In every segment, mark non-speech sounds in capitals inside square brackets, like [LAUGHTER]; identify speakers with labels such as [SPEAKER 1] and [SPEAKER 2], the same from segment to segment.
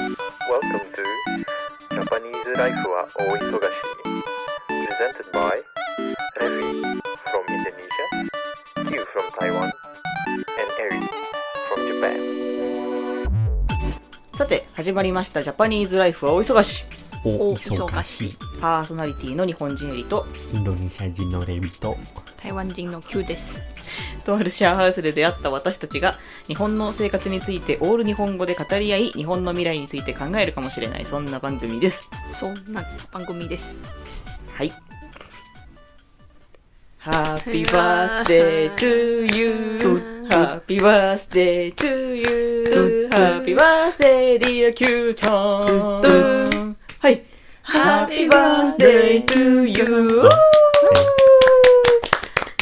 [SPEAKER 1] Welcome to Japanese Life は大忙しに Presented by Revi from Indonesia, Q from Taiwan, and Eri from Japan
[SPEAKER 2] さて始まりましたジャパニーズライフはお忙し
[SPEAKER 3] お
[SPEAKER 4] お
[SPEAKER 3] 忙しい
[SPEAKER 2] パーソナリティの日本人エリと
[SPEAKER 3] インドネシア人のレビと
[SPEAKER 4] 台湾人の Q です。
[SPEAKER 2] とあるシェアハウスで出会った私たちが日本の生活についてオール日本語で語り合い日本の未来について考えるかもしれないそんな番組です
[SPEAKER 4] そんな番組です。
[SPEAKER 2] はい [LAUGHS] Happy birthday to you Happy birthday to you Happy birthday dear Q ちゃんはい Happy birthday to you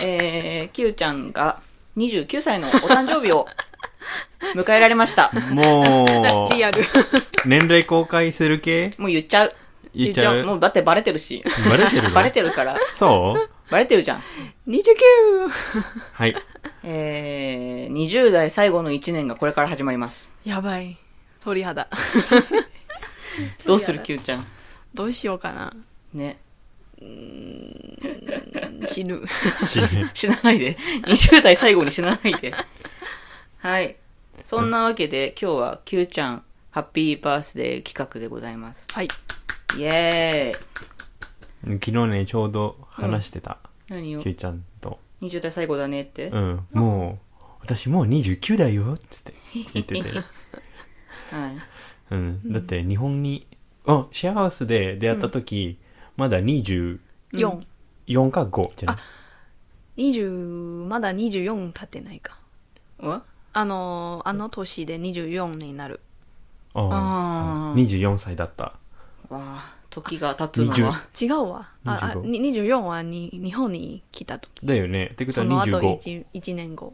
[SPEAKER 2] えー、キューちゃんが29歳のお誕生日を迎えられま [LAUGHS] した。
[SPEAKER 3] も
[SPEAKER 4] リア
[SPEAKER 2] [LAUGHS]
[SPEAKER 4] ル。
[SPEAKER 3] う [LAUGHS] 年齢公開する系
[SPEAKER 2] もう言っちゃう。
[SPEAKER 3] 言っちゃ
[SPEAKER 4] え
[SPEAKER 2] も
[SPEAKER 3] う
[SPEAKER 2] うだってバレてるし。
[SPEAKER 3] バレてる
[SPEAKER 2] バレてるから。
[SPEAKER 3] そう
[SPEAKER 2] バレてるじゃん。
[SPEAKER 4] 29!
[SPEAKER 3] はい
[SPEAKER 2] えー、20代最後の1年がこれから始まります。
[SPEAKER 4] やばい。
[SPEAKER 2] [LAUGHS]
[SPEAKER 4] 鳥肌。
[SPEAKER 2] どうする、キューちゃん。
[SPEAKER 4] どうしようかな。
[SPEAKER 2] ね。[LAUGHS]
[SPEAKER 4] 死ぬ。
[SPEAKER 3] し
[SPEAKER 2] 死なないで。20代 [LAUGHS] 最後に死なない
[SPEAKER 4] [LAUGHS]
[SPEAKER 2] で。はい。そんなわけで、今日はキューちゃん、ハッピーバースデー企画でございます。
[SPEAKER 4] はい。
[SPEAKER 2] イエーイ
[SPEAKER 3] 昨日ねちょうど話してた、
[SPEAKER 2] 何を
[SPEAKER 3] キュウちゃんと
[SPEAKER 2] 20代最後だねって、
[SPEAKER 3] うんもう私もう29だよっつって言ってて、
[SPEAKER 2] はい。
[SPEAKER 3] うん、だって日本にあシェアハウスで出会った時、まだ24
[SPEAKER 4] 4。
[SPEAKER 3] か5じゃない
[SPEAKER 4] 20、まだ24経ってないか。
[SPEAKER 2] お
[SPEAKER 4] あのー、あの年で24になる。
[SPEAKER 3] あ
[SPEAKER 2] あー
[SPEAKER 3] あ24歳だった
[SPEAKER 2] わあ、時が経つの
[SPEAKER 3] 20
[SPEAKER 2] は。
[SPEAKER 4] 違うわ。あ、あ
[SPEAKER 3] 25
[SPEAKER 4] に24はに日本に来た時。
[SPEAKER 3] だよねってこと
[SPEAKER 4] そ
[SPEAKER 3] は
[SPEAKER 4] の後
[SPEAKER 3] 25
[SPEAKER 4] 1, 1年後。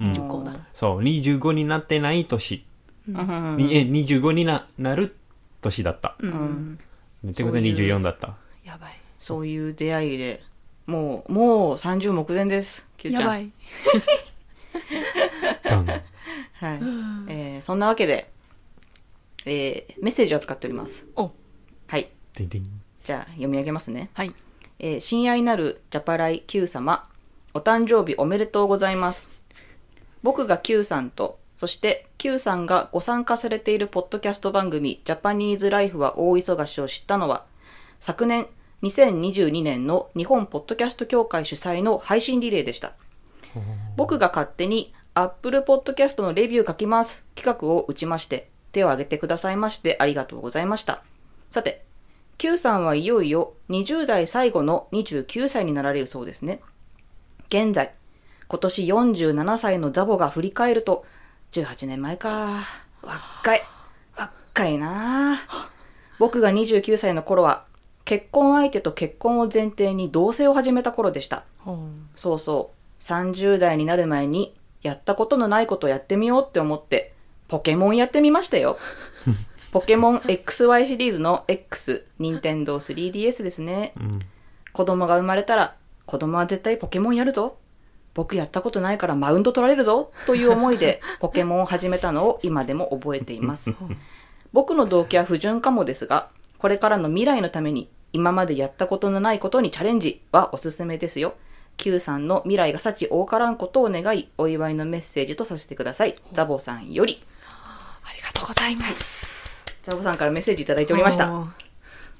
[SPEAKER 3] うん
[SPEAKER 4] 25だ。
[SPEAKER 3] そう、25になってない年。
[SPEAKER 2] うん
[SPEAKER 3] にえ、25にななる年だった。
[SPEAKER 4] うん。
[SPEAKER 2] ん
[SPEAKER 3] ってこと
[SPEAKER 2] そ
[SPEAKER 3] は
[SPEAKER 2] ういう
[SPEAKER 3] 24だった。
[SPEAKER 2] [LAUGHS]
[SPEAKER 4] やばい。
[SPEAKER 2] そういう出会いで、もう、もう30目前です、キューち
[SPEAKER 4] や
[SPEAKER 2] ゃん。
[SPEAKER 4] ばい。
[SPEAKER 3] ダン。
[SPEAKER 2] はい。えー、そんなわけで、えー、メッセージを扱っております。
[SPEAKER 4] お、
[SPEAKER 2] はい。
[SPEAKER 3] ディディン
[SPEAKER 2] じゃあ、読み上げますね。
[SPEAKER 4] はい。
[SPEAKER 2] えー、親愛なるジャパライ Q 様、お誕生日おめでとうございます。僕が Q さんと、そして Q さんがご参加されているポッドキャスト番組、ジャパニーズライフは大忙しを知ったのは、昨年2022年の日本ポッドキャスト協会主催の配信リレーでした。僕が勝手に Apple Podcast のレビュー書きます企画を打ちまして、手を挙げてくださいましてありがとうございました。さて、Q さんはいよいよ20代最後の29歳になられるそうですね。現在、今年47歳のザボが振り返ると、18年前か。若い。若いなあ僕が29歳の頃は、結婚相手と結婚を前提に同棲を始めた頃でした。そうそう。30代になる前に、やったことのないことをやってみようって思って、ポケモンやってみましたよ。ポケモン XY シリーズの X、任天堂 3DS ですね。 [LAUGHS]
[SPEAKER 3] うん。
[SPEAKER 2] 子供が生まれたら、子供は絶対ポケモンやるぞ。僕やったことないからマウント取られるぞ。という思い [LAUGHS] で、ポケモンを始めたのを今でも覚えています。僕の動機は不純かもですが、これからの未来のために、今までやったことのないことにチャレンジはおすすめですよ。Q さんの未来が幸多からんことを願い、お祝いのメッセージとさせてください。ザボさんより。
[SPEAKER 4] ありがとうございます。
[SPEAKER 2] ザボさんからメッセージいただいておりました。あ
[SPEAKER 4] おー。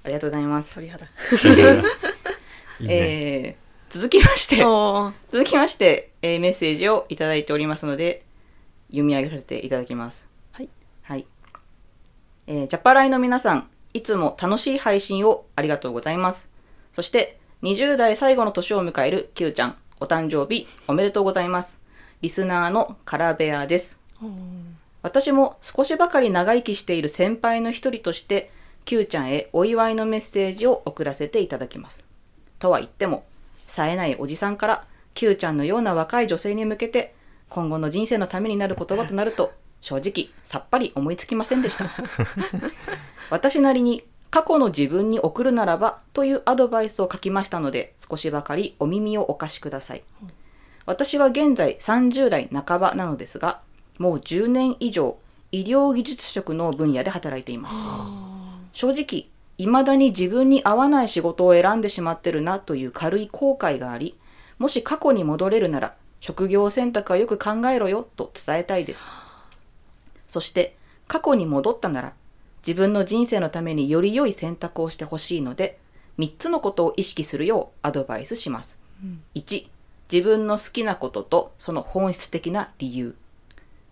[SPEAKER 2] りがとうございます。
[SPEAKER 4] 鳥肌。
[SPEAKER 3] いいね。
[SPEAKER 2] えー、続きまして、
[SPEAKER 4] おー
[SPEAKER 2] 続きまして、えーメッセージをいただいておりますので、読み上げさせていただきます。
[SPEAKER 4] はい。
[SPEAKER 2] はい。えージャパライの皆さん、いつも楽しい配信をありがとうございます。そして、20代最後の年を迎える Q ちゃん、お誕生日おめでとうございます。リスナーのカラベアです。
[SPEAKER 4] おー
[SPEAKER 2] 私も少しばかり長生きしている先輩の一人として Q ちゃんへお祝いのメッセージを送らせていただきますとは言っても冴えないおじさんから Q ちゃんのような若い女性に向けて今後の人生のためになる言葉となると正直さっぱり思いつきませんでした私なりに過去の自分に送るならばというアドバイスを書きましたので少しばかりお耳をお貸しください私は現在30代半ばなのですが、もう10年以上、医療技術職の分野で働いています正直未だに自分に合わない仕事を選んでしまってるなという軽い後悔がありもし過去に戻れるなら職業選択はよく考えろよと伝えたいですそして過去に戻ったなら自分の人生のためにより良い選択をしてほしいので3つのことを意識するようアドバイスします、1自分の好きなこととその本質的な理由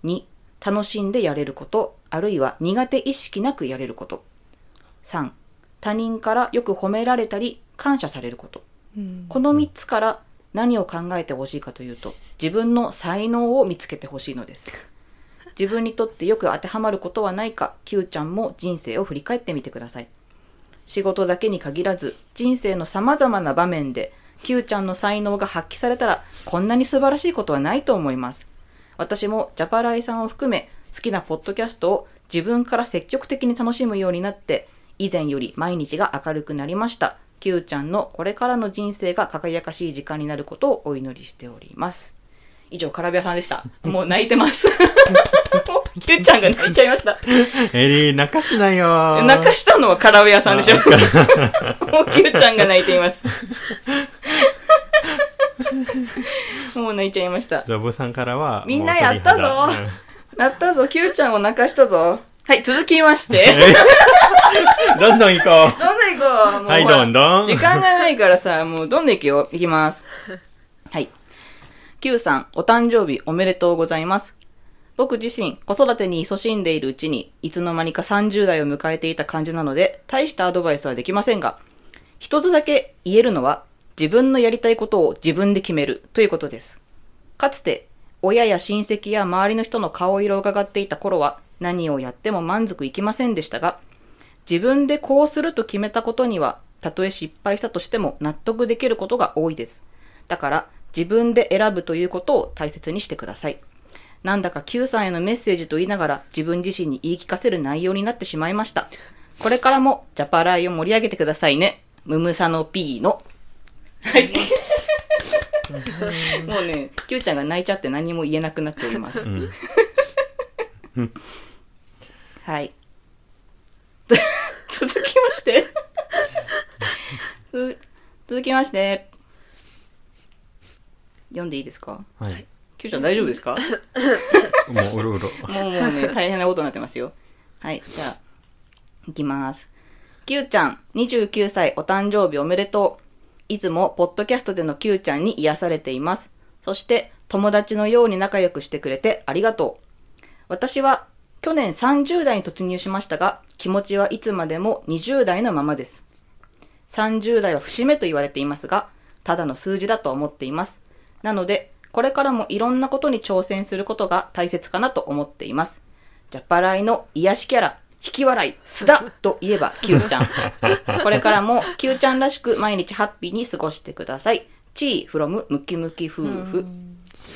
[SPEAKER 2] 2楽しんでやれることあるいは苦手意識なくやれること3他人からよく褒められたり感謝されること
[SPEAKER 4] うん
[SPEAKER 2] この3つから何を考えてほしいかというと自分の才能を見つけてほしいのです自分にとってよく当てはまることはないか Q ちゃんも人生を振り返ってみてください仕事だけに限らず人生のさまざまな場面で Q ちゃんの才能が発揮されたらこんなに素晴らしいことはないと思います私もジャパライさんを含め好きなポッドキャストを自分から積極的に楽しむようになって以前より毎日が明るくなりました Q ちゃんのこれからの人生が輝かしい時間になることをお祈りしております以上カラビアさんでしたもう泣いてます [LAUGHS] もう Q ちゃんが泣いちゃいました
[SPEAKER 3] エリー、泣かすなよー。
[SPEAKER 2] 泣かしたのはカラオケ屋さんでしょ。もうキューちゃんが泣いています。もう泣いちゃいました。
[SPEAKER 3] ザボさんからは、
[SPEAKER 2] みんな
[SPEAKER 3] もう鳥肌
[SPEAKER 2] やったぞ
[SPEAKER 3] うん
[SPEAKER 2] なったぞ、キューちゃんを泣かしたぞ。はい、続きまして。 [LAUGHS]
[SPEAKER 3] どんどん行こ
[SPEAKER 2] どんどん行こう。もう
[SPEAKER 3] はい
[SPEAKER 2] ほら
[SPEAKER 3] どんどん
[SPEAKER 2] 時間がないからさ、もうどんどん行くよ。行き
[SPEAKER 3] [LAUGHS]
[SPEAKER 2] ます。はい。Q さん、お誕生日おめでとうございます。僕自身、子育てに勤しんでいるうちに、いつの間にか30代を迎えていた感じなので、大したアドバイスはできませんが、一つだけ言えるのは、自分のやりたいことを自分で決めるということです。かつて、親や親戚や周りの人の顔色を伺っていた頃は、何をやっても満足いきませんでしたが、自分でこうすると決めたことには、たとえ失敗したとしても納得できることが多いです。だから、自分で選ぶということを大切にしてください。なんだか Q さんへのメッセージと言いながら自分自身に言い聞かせる内容になってしまいました。これからもジャパライを盛り上げてくださいね。ムムサノ P の。はい。 [LAUGHS] もうね、Q ちゃんが泣いちゃって何も言えなくなっております
[SPEAKER 3] う。う。ん。
[SPEAKER 2] はい。 [LAUGHS] 続きまして。つ [LAUGHS] 続きまして。読んでいいですか
[SPEAKER 3] はい。
[SPEAKER 2] キュウちゃん大丈夫ですか
[SPEAKER 3] もう、うろうろ。
[SPEAKER 2] もうもうね、大変なことになってますよ。はい、じゃあ、いきます。キュウちゃん、29歳お誕生日おめでとう。いつも、ポッドキャストでのキュウちゃんに癒されています。そして、友達のように仲良くしてくれてありがとう。私は去年30代に突入しましたが、気持ちはいつまでも20代のままです。30代は節目と言われていますが、ただの数字だと思っています。なので、これからもいろんなことに挑戦することが大切かなと思っています。ジャパライの癒しキャラ、引き笑い、須田といえば Q ちゃん。これからも Q ちゃんらしく毎日ハッピーに過ごしてください。チーフロムムキムキ夫婦。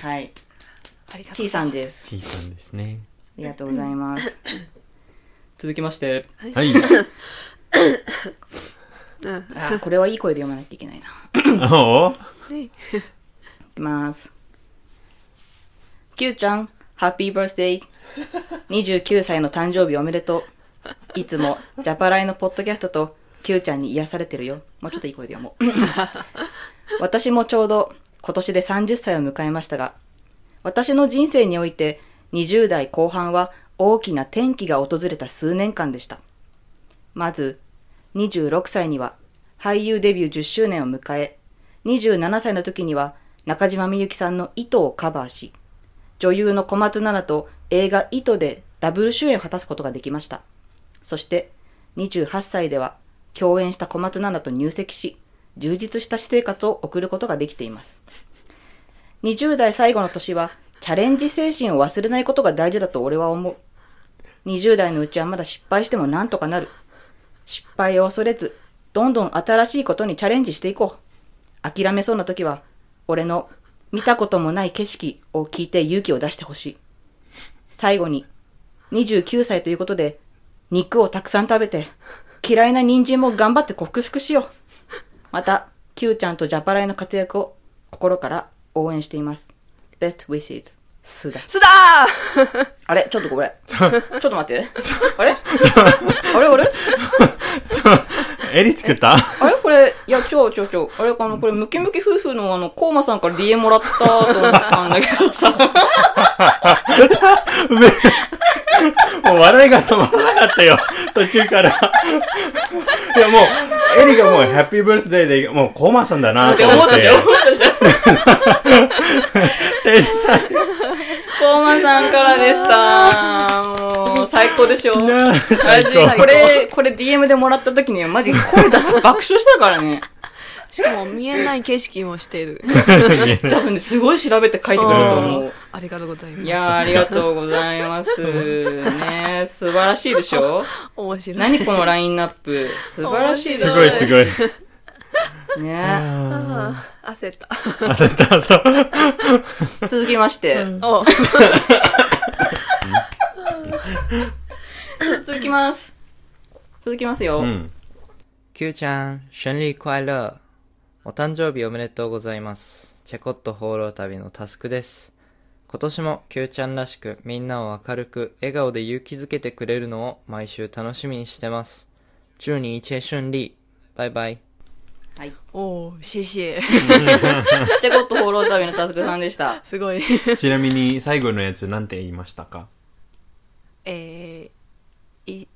[SPEAKER 2] はい。
[SPEAKER 4] ありがと
[SPEAKER 2] チ
[SPEAKER 4] うございます
[SPEAKER 2] ーさんです。
[SPEAKER 3] ちいさんですね。
[SPEAKER 2] ありがとうございます。 [LAUGHS] 続きまして。
[SPEAKER 3] はい。
[SPEAKER 4] うん
[SPEAKER 2] あー、これはいい声で読まなきゃいけないな。
[SPEAKER 3] おお
[SPEAKER 4] ね
[SPEAKER 2] いきます。キューちゃん、ハッピーバースデー。29歳の誕生日おめでとう。いつも、ジャパライのポッドキャストと、キューちゃんに癒されてるよ。もうちょっといい声で読もう。私もちょうど、今年で30歳を迎えましたが、私の人生において、20代後半は大きな転機が訪れた数年間でした。まず、26歳には俳優デビュー10周年を迎え、27歳の時には中島みゆきさんの糸をカバーし、女優の小松菜奈と映画糸でダブル主演を果たすことができました。そして、28歳では共演した小松菜奈と入籍し、充実した私生活を送ることができています。20代最後の年は、チャレンジ精神を忘れないことが大事だと俺は思う。20代のうちはまだ失敗してもなんとかなる。失敗を恐れず、どんどん新しいことにチャレンジしていこう。諦めそうな時は、俺の見たこともない景色を聞いて勇気を出してほしい。最後に、29歳ということで、肉をたくさん食べて、嫌いな人参も頑張って克服しよう。また、Q ちゃんとジャパライの活躍を心から応援しています。Best wishes, すだ。
[SPEAKER 4] すだ
[SPEAKER 2] あれちょっとこれ。 [LAUGHS] ちょっと待 [LAUGHS] って。あれあれあれ
[SPEAKER 3] エリ作った
[SPEAKER 2] あれこれ、いや、ちょ、ちょ、ちょ、あれかなこれ、ムキムキ夫婦のあの、コーマさんから DM もらったと思ったんだけど
[SPEAKER 3] [LAUGHS]
[SPEAKER 2] さ。
[SPEAKER 3] もう笑いが止まらなかったよ。途中から。いやもう、エリがもうハッピーブルースデーで、もうコーマさんだなと思って。
[SPEAKER 2] 思
[SPEAKER 3] 天才
[SPEAKER 2] コーマさんからでした。もう、最高でしょ。
[SPEAKER 3] だな
[SPEAKER 2] マ
[SPEAKER 3] 最
[SPEAKER 2] ジ
[SPEAKER 3] 高。
[SPEAKER 2] これ、これ DM でもらった時にはマジ声出して爆笑したからね。
[SPEAKER 4] しかも見えない景色もしてる。
[SPEAKER 2] [LAUGHS] 多分ね、すごい調べて書いてくれると思う。
[SPEAKER 4] ありがとうございます。
[SPEAKER 2] いやー、ありがとうございます。ね素晴らしいでしょ
[SPEAKER 4] 面白い。
[SPEAKER 2] 何このラインナップ。素晴らしいですしょ
[SPEAKER 3] ごいすごい。
[SPEAKER 2] ね
[SPEAKER 3] あ
[SPEAKER 4] あー焦った。
[SPEAKER 3] ー焦った、そう。
[SPEAKER 2] 続きまして。
[SPEAKER 4] お
[SPEAKER 2] 続きます。続きますよ。
[SPEAKER 3] うん。
[SPEAKER 5] Q ちゃん、生日快乐。お誕生日おめでとうございます。チェコット放浪旅のタスクです。今年も Q ちゃんらしくみんなを明るく笑顔で勇気づけてくれるのを毎週楽しみにしてます。祝你一切顺利。バイバイ。
[SPEAKER 4] おー、シェシェ。
[SPEAKER 2] チェコット放浪旅のタスクさんでした。
[SPEAKER 4] すごい。
[SPEAKER 3] ちなみに最後のやつなんて言いましたか
[SPEAKER 4] [LAUGHS] え
[SPEAKER 2] [LAUGHS]
[SPEAKER 4] ー、い、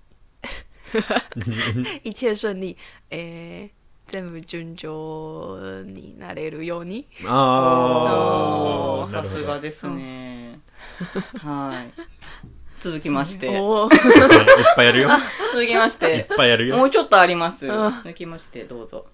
[SPEAKER 4] 一切順利。えー、全部順調になれるように。
[SPEAKER 3] あ
[SPEAKER 2] おー
[SPEAKER 3] ー。
[SPEAKER 2] さす
[SPEAKER 3] な
[SPEAKER 2] が
[SPEAKER 3] る
[SPEAKER 2] ですね。はい。続きまして。
[SPEAKER 3] ほ
[SPEAKER 4] おー、
[SPEAKER 3] ど。いっぱいやるよ。いっ
[SPEAKER 2] 続きまして。
[SPEAKER 3] ぱいやる
[SPEAKER 2] も
[SPEAKER 3] よ。
[SPEAKER 2] うちょっとあります。
[SPEAKER 4] うん
[SPEAKER 2] 続きまして、どうぞ。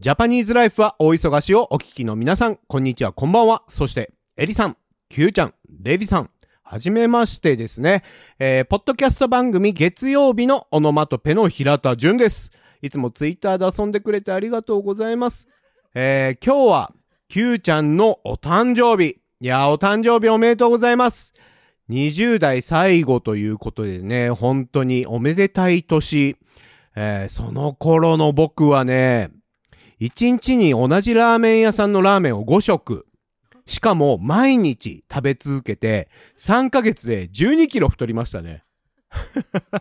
[SPEAKER 6] ジャパニーズライフは大忙しをお聞きの皆さん、こんにちは、こんばんは。そして、エリさん、キューちゃん、レディさん、はじめましてですね。えー、ポッドキャスト番組月曜日のオノマトペの平田純です。いつもツイッターで遊んでくれてありがとうございます。えー、今日は、キューちゃんのお誕生日。いやー、お誕生日おめでとうございます。20代最後ということでね、本当におめでたい年。えー、その頃の僕はね、一日に同じラーメン屋さんのラーメンを5食。しかも毎日食べ続けて、3ヶ月で12キロ太りましたね。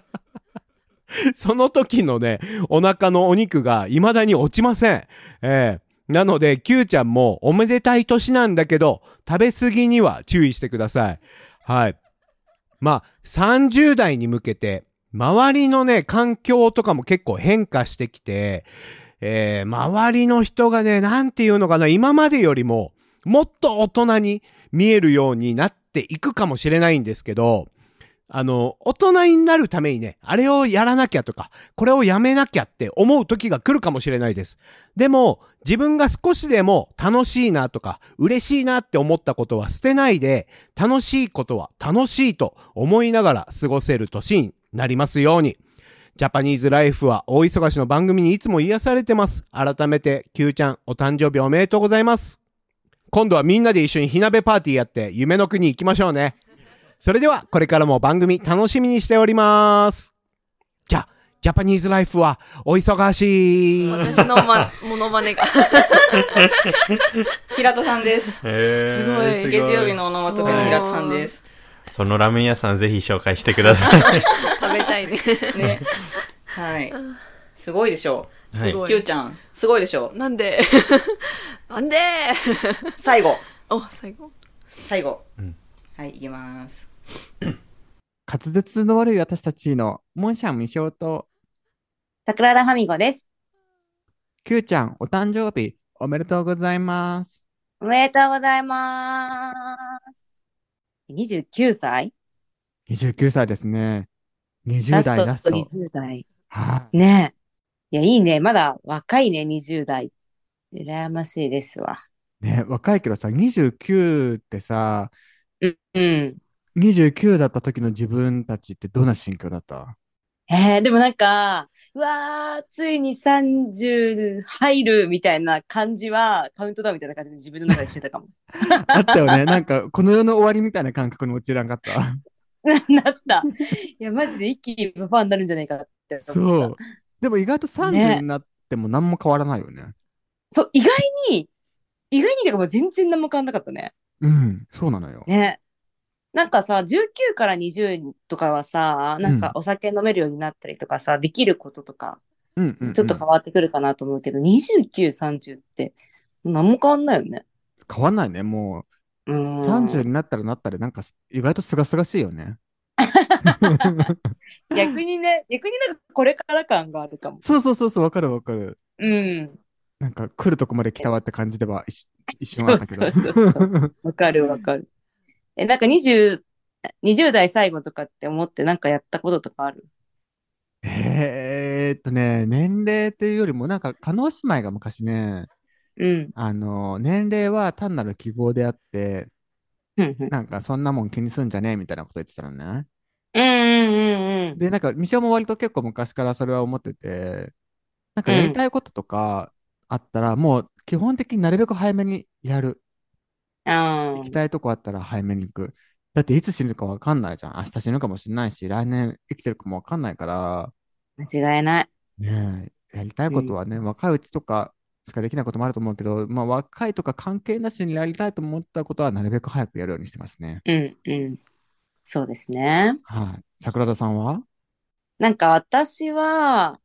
[SPEAKER 6] [LAUGHS] その時のね、お腹のお肉が未だに落ちません。ええなので、キューちゃんもおめでたい年なんだけど、食べ過ぎには注意してください。はい。まあ、30代に向けて、周りのね、環境とかも結構変化してきて、えー周りの人がね、なんていうのかな、今までよりも、もっと大人に見えるようになっていくかもしれないんですけど、あの、大人になるためにね、あれをやらなきゃとか、これをやめなきゃって思う時が来るかもしれないです。でも、自分が少しでも楽しいなとか、嬉しいなって思ったことは捨てないで、楽しいことは楽しいと思いながら過ごせる年になりますように。ジャパニーズライフは大忙しの番組にいつも癒されてます。改めて、Q ちゃん、お誕生日おめでとうございます。今度はみんなで一緒に火鍋パーティーやって、夢の国行きましょうね。それでは、これからも番組楽しみにしております。じゃ、ジャパニーズライフはお忙しい。
[SPEAKER 4] 私のま、 [LAUGHS] モノマネが。
[SPEAKER 2] 平田さんです。
[SPEAKER 3] えー
[SPEAKER 4] す
[SPEAKER 2] 月曜日。のオノマトペの平田さんです。
[SPEAKER 3] そのラーメン屋さんぜひ紹介してください。
[SPEAKER 4] 食べたいね。
[SPEAKER 2] ね。はい。すごいでしょ
[SPEAKER 3] は
[SPEAKER 4] すご
[SPEAKER 3] い。
[SPEAKER 4] い
[SPEAKER 2] Q ちゃん、すごいでしょ
[SPEAKER 4] なんで [LAUGHS] なんで [LAUGHS]
[SPEAKER 2] 最後。
[SPEAKER 4] お、最後。
[SPEAKER 2] 最後
[SPEAKER 3] うん。
[SPEAKER 2] はい、いきます。
[SPEAKER 7] 滑舌の悪い私たちのモンシャン無償と
[SPEAKER 8] 桜田ハミゴです。
[SPEAKER 7] キューちゃんお誕生日おめでとうございます。
[SPEAKER 8] おめでとうございます。29歳
[SPEAKER 7] 29歳ですね。20
[SPEAKER 8] ラスト
[SPEAKER 7] 代
[SPEAKER 8] と
[SPEAKER 7] ラスト。
[SPEAKER 8] 20代。
[SPEAKER 7] はい
[SPEAKER 8] ねえ。いや、いいね。まだ若いね、20代。羨ましいですわ。
[SPEAKER 7] ね、若いけどさ、29ってさ、
[SPEAKER 8] うん。うん
[SPEAKER 7] 29だった時の自分たちってどんな心境だった [LAUGHS]
[SPEAKER 8] えー、でもなんか、うわー、ついに30入るみたいな感じは、カウントダウンみたいな感じで自分の中でしてたかも。 [LAUGHS]
[SPEAKER 7] あったよね。なんか、この世の終わりみたいな感覚に陥らんかった。
[SPEAKER 8] [LAUGHS] なった。いや、マジで一気にファンになるんじゃないかって思った。
[SPEAKER 7] そう。でも意外と30
[SPEAKER 8] ね
[SPEAKER 7] になっても何も変わらないよね。
[SPEAKER 8] そう、意外に、意外にだからもう全然何も変わんなかったね。
[SPEAKER 7] うん、そうなのよ。
[SPEAKER 8] ね。なんかさ、19から20とかはさ、なんかお酒飲めるようになったりとかさ、できることとか、
[SPEAKER 7] うんうんうん
[SPEAKER 8] ちょっと変わってくるかなと思うけど、29、30って、何も変わんないよね。
[SPEAKER 7] 変わんないね。も
[SPEAKER 8] う
[SPEAKER 7] う、
[SPEAKER 8] ん。
[SPEAKER 7] 30になったらなったで、なんか、意外とすがすがしいよ
[SPEAKER 8] [LAUGHS]
[SPEAKER 7] ね。
[SPEAKER 8] 逆にね、逆になんかこれから感があるかも。
[SPEAKER 7] そうそうそうそう、わかるわかる。
[SPEAKER 8] うん。
[SPEAKER 7] なんか、来るとこまで来たわって感じでは、一一瞬あったけど。
[SPEAKER 8] そうそうそわかるわかる。え、なんか20、20代最後とかって思ってなんかやったこととかある
[SPEAKER 7] [LAUGHS] えーっとね、年齢っていうよりも、なんか、叶姉妹が昔ね、
[SPEAKER 8] うん。
[SPEAKER 7] あの、年齢は単なる記号であって、
[SPEAKER 8] うんうん
[SPEAKER 7] なんか、そんなもん気にすんじゃねえみたいなこと言ってたのね。
[SPEAKER 8] うんうんうん
[SPEAKER 7] で、なんか、ミシオも割と結構昔からそれは思ってて、なんか、やりたいこととかあったら、もう、基本的になるべく早めにやる。
[SPEAKER 8] うん。あ
[SPEAKER 7] 行きたいとこあったら早めに行く。だって、いつ死ぬかわかんないじゃん。明日死ぬかもしれないし、来年生きてるかもわかんないから、
[SPEAKER 8] ー間違いない。
[SPEAKER 7] ねえ、やりたいことはね、若いうちとかしかできないこともあると思うけど、まあ、若いとか関係なしにやりたいと思ったことは、なるべく早くやるようにしてますね。
[SPEAKER 8] うんうん。そうですね。
[SPEAKER 7] はい。桜田さんは
[SPEAKER 8] なんか私は、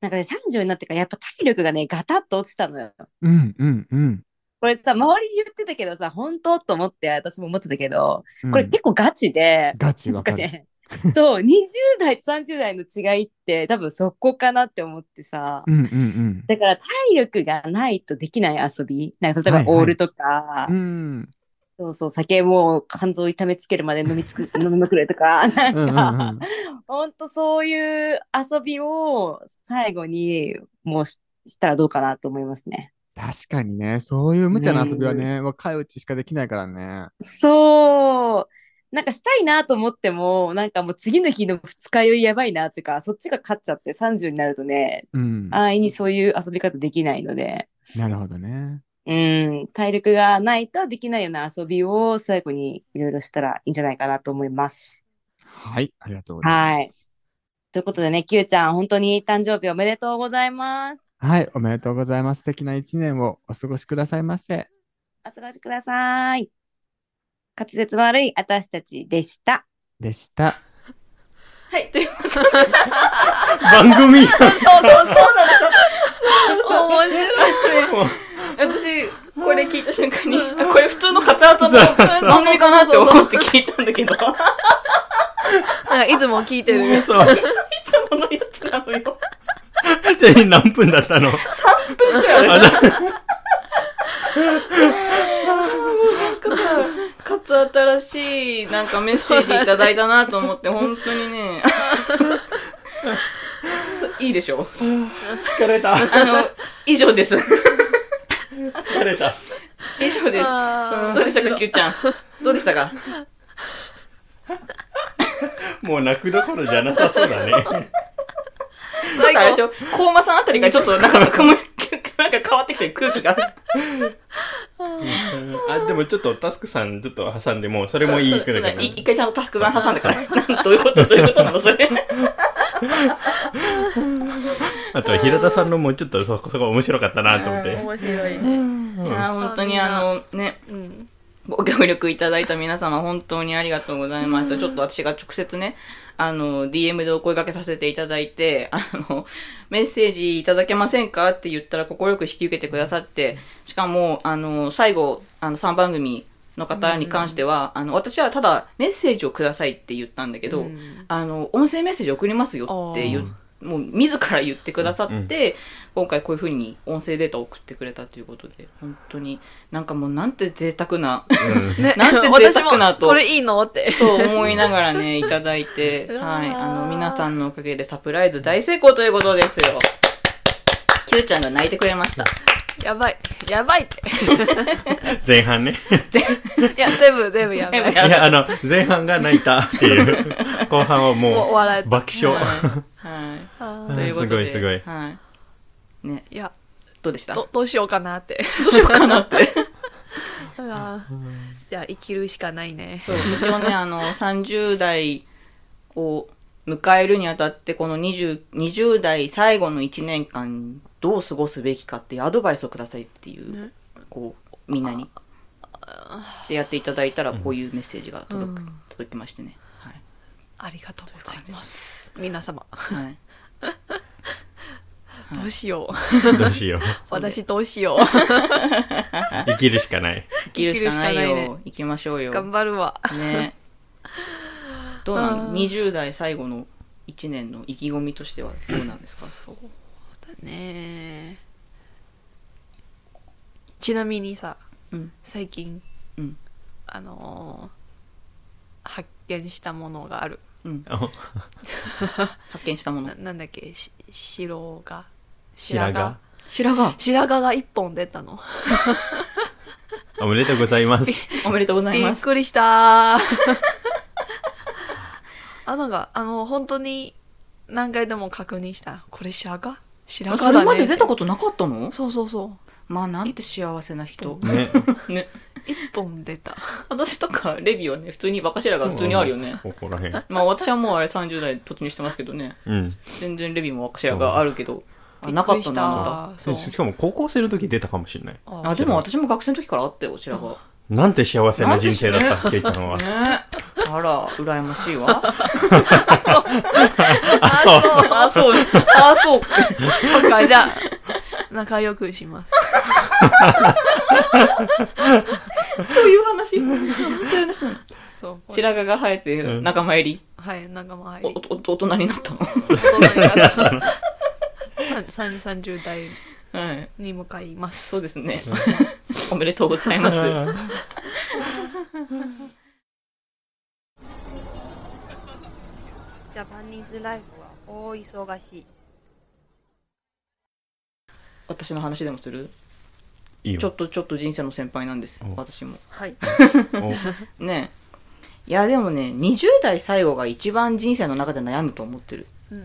[SPEAKER 8] なんかね、30になってからやっぱ体力がね、ガタッと落ちたのよ。
[SPEAKER 7] うん、うん、うん。
[SPEAKER 8] これさ、周りに言ってたけどさ、本当と思って私も思ってたけど、これ
[SPEAKER 7] うん
[SPEAKER 8] 結構ガチで、
[SPEAKER 7] ガチ
[SPEAKER 8] なん
[SPEAKER 7] わ
[SPEAKER 8] か
[SPEAKER 7] かる。
[SPEAKER 8] ね、そう、20代と30代の違いって多分そこかなって思ってさ
[SPEAKER 7] う、ん、うん、
[SPEAKER 8] だから体力がないとできない遊び、なんか例えば
[SPEAKER 7] はいはい
[SPEAKER 8] オールとか
[SPEAKER 7] う、ん。
[SPEAKER 8] そうそう、酒もう肝臓を痛めつけるまで飲みつ
[SPEAKER 7] [LAUGHS]
[SPEAKER 8] く、飲みまくるとか、なん
[SPEAKER 7] うん、うん、うん
[SPEAKER 8] か、。ほんとそういう遊びを最後にもうししたらどうかなと思いますね。
[SPEAKER 7] 確かにね、そういう無茶な遊びはね、若いうちしかできないからね。
[SPEAKER 8] そう。なんかしたいなと思っても、なんかもう次の日の二日酔いやばいなとか、そっちが勝っちゃって30になるとね、
[SPEAKER 7] うん。
[SPEAKER 8] 安易にそういう遊び方できないので、
[SPEAKER 7] なるほどね。
[SPEAKER 8] うん、体力がないとできないような遊びを最後にいろいろしたらいいんじゃないかなと思います。
[SPEAKER 7] はい、ありがとうございます。
[SPEAKER 8] はい。ということでね、キューちゃん、本当に誕生日おめでとうございます。
[SPEAKER 7] はい、おめでとうございます。素敵な一年をお過ごしくださいませ。
[SPEAKER 8] お過ごしください。滑舌の悪い私たちでした。
[SPEAKER 7] でした。
[SPEAKER 2] はい、という
[SPEAKER 3] [LAUGHS] 番組じゃん。
[SPEAKER 2] そうそうそうなの。
[SPEAKER 4] [LAUGHS] 面
[SPEAKER 2] 白い。 [LAUGHS] 私、これ聞いた瞬間に、あこれ普通のカツアタの
[SPEAKER 4] そう
[SPEAKER 2] 番組かなって思って聞いたんだけど、い
[SPEAKER 4] なんかいつも聞いてる。
[SPEAKER 3] そう。
[SPEAKER 2] つものやつなのよ。
[SPEAKER 3] 全員何分だったの
[SPEAKER 2] なんかさ、カツアタらしいなんかメッセージいただいたなと思って、本当にね。 [LAUGHS] いいでしょ
[SPEAKER 3] 疲れた。
[SPEAKER 2] あの、以上です。
[SPEAKER 3] 疲れた。
[SPEAKER 2] 以上です。
[SPEAKER 4] あー
[SPEAKER 2] どうでしたか、キューちゃん。どうでしたか
[SPEAKER 3] もう泣くどころじゃなさそうだね。
[SPEAKER 2] なんかあれでしょ、コウマさんあたりがちょっとなんか、くむ [LAUGHS] なんか変わってきてる空気が。
[SPEAKER 3] あ、でもちょっとタスクさんちょっと挟んでもうそれもいい句だ
[SPEAKER 2] そ
[SPEAKER 3] け
[SPEAKER 2] う
[SPEAKER 3] ど
[SPEAKER 2] だい。一回ちゃんとタスクさん挟んだから。 [LAUGHS] なんどういうことどういうことなのそれ。
[SPEAKER 3] あと平田さんのもちょっとそこそこ面白かったなと思って。
[SPEAKER 4] 面白いね。
[SPEAKER 2] いや、本当にあの、ね、
[SPEAKER 4] うん。
[SPEAKER 2] ご協力いただいた皆様、本当にありがとうございました。ちょっと私が直接ね、あの、DM でお声掛けさせていただいて、あの、メッセージいただけませんかって言ったら、快く引き受けてくださって、しかも、あの、最後、あの、3番組の方に関しては、あの、私はただ、メッセージをくださいって言ったんだけど、
[SPEAKER 4] うん
[SPEAKER 2] あの、音声メッセージ送りますよって言う、もう自ら言ってくださって、今回こういうふうに音声データを送ってくれたということで、本当に、なんかもうなんて贅沢な、
[SPEAKER 4] [LAUGHS] ね、
[SPEAKER 2] なんて贅沢な
[SPEAKER 4] 私
[SPEAKER 2] と
[SPEAKER 4] もこれいいのって。
[SPEAKER 2] と思いながら
[SPEAKER 3] [LAUGHS]
[SPEAKER 2] ね、いただいて、
[SPEAKER 4] うわー
[SPEAKER 2] はい、あの、皆さんのおかげでサプライズ大成功ということですよ。キューちゃんが泣いてくれました。
[SPEAKER 4] [LAUGHS] やばい。やばいって。 [LAUGHS]
[SPEAKER 3] 前半ね。
[SPEAKER 4] いや、全部、全部やばい。
[SPEAKER 3] いや、あの、前半が泣いたっていう。後半は
[SPEAKER 4] もう
[SPEAKER 3] も
[SPEAKER 4] 笑え
[SPEAKER 3] う爆笑。
[SPEAKER 2] はい。
[SPEAKER 4] あ
[SPEAKER 2] はい。
[SPEAKER 4] ー
[SPEAKER 2] ということで。
[SPEAKER 3] すごいすごい
[SPEAKER 2] はい。ね、
[SPEAKER 4] いや、
[SPEAKER 2] どうで [LAUGHS] したど
[SPEAKER 4] どどうしようかなって。
[SPEAKER 2] うしようか
[SPEAKER 4] [LAUGHS]
[SPEAKER 2] なって。
[SPEAKER 4] うわーじゃあ、生きるしかないね。
[SPEAKER 2] そう、一応ね、あの、30代を迎えるにあたって、この 20, 20代最後の1年間、どう過ごすべきかっていうアドバイスをくださいっていう、こう、みんなに。でやっていただいたらこういうメッセージが届く、
[SPEAKER 4] うん
[SPEAKER 2] 届きましてね。はい。
[SPEAKER 4] ありがとうございます。皆様、
[SPEAKER 2] はい、い
[SPEAKER 4] どうしよう。
[SPEAKER 3] どうしよう。
[SPEAKER 4] 私どうしよう。
[SPEAKER 3] 生きるしかない。
[SPEAKER 2] [LAUGHS] 生きるしかない
[SPEAKER 4] 生きるしかない
[SPEAKER 2] よ。行きましょうよ。
[SPEAKER 4] 頑張るわ。 [LAUGHS]
[SPEAKER 2] ね。どうな
[SPEAKER 4] あ
[SPEAKER 2] の
[SPEAKER 4] ー
[SPEAKER 2] ?20 代最後の1年の意気込みとしてはどうなんです
[SPEAKER 4] そうだね。ちなみにさ、
[SPEAKER 2] うん
[SPEAKER 4] 最近、
[SPEAKER 2] うん
[SPEAKER 4] あのー発見したものがある。
[SPEAKER 2] か発見したもの
[SPEAKER 4] な。なんだっけ、し白髪
[SPEAKER 3] 白髪。
[SPEAKER 2] 白髪
[SPEAKER 4] 白髪が一本出たの。
[SPEAKER 3] おめでとうございます。
[SPEAKER 2] おめでとうござい
[SPEAKER 4] び
[SPEAKER 2] ま
[SPEAKER 4] っ
[SPEAKER 2] す。
[SPEAKER 4] くりしたー [LAUGHS] あなんかあの本当に何回でも確認したこれ白髪白
[SPEAKER 2] そ
[SPEAKER 4] 髪だ
[SPEAKER 2] れ
[SPEAKER 4] ね
[SPEAKER 2] まで出たことなかったの
[SPEAKER 4] そうそうそ
[SPEAKER 2] まあなんて幸せな人。
[SPEAKER 3] ね。
[SPEAKER 2] ね。
[SPEAKER 4] う一本出た
[SPEAKER 2] 私とかレビはね、普通に若白髪普通にあるよね。
[SPEAKER 3] ここら辺。
[SPEAKER 2] まあ私はもうあれ30代突入してますけどね。
[SPEAKER 3] うん。
[SPEAKER 2] 全然レビも若白髪あるけど、あなかったなあんた。
[SPEAKER 4] びっくりしたそう
[SPEAKER 3] しかも高校生の時出たかもしれない。
[SPEAKER 4] あ
[SPEAKER 2] あ、でも私も学生の時からあったよ、白髪。
[SPEAKER 3] なんて幸せな人生だった、ケイちゃんは。
[SPEAKER 2] ねあら、羨ましいわ。
[SPEAKER 4] あそう
[SPEAKER 2] あ、そう、あ、そう。
[SPEAKER 4] そうかじゃあ仲良くします
[SPEAKER 2] そういう話。そういう話なの。
[SPEAKER 4] そうこれ
[SPEAKER 2] 白髪が生えて
[SPEAKER 3] ん
[SPEAKER 2] 仲間入り、
[SPEAKER 4] はい仲間入
[SPEAKER 2] お
[SPEAKER 4] り
[SPEAKER 2] おお大人になったの。
[SPEAKER 4] 30代
[SPEAKER 2] はい。
[SPEAKER 4] に向かいます
[SPEAKER 2] そうですね。 [LAUGHS] おめでとうございます。
[SPEAKER 9] ジャパニーズライフは大忙しい。
[SPEAKER 2] 私の話でもする
[SPEAKER 3] いい
[SPEAKER 2] ちょ
[SPEAKER 3] よ。
[SPEAKER 2] っとちょっと人生の先輩なんです
[SPEAKER 3] お。
[SPEAKER 2] 私も。
[SPEAKER 4] はい
[SPEAKER 3] お
[SPEAKER 2] ねえ。いや、でもね、20代最後が一番人生の中で悩むと思ってる。
[SPEAKER 4] うん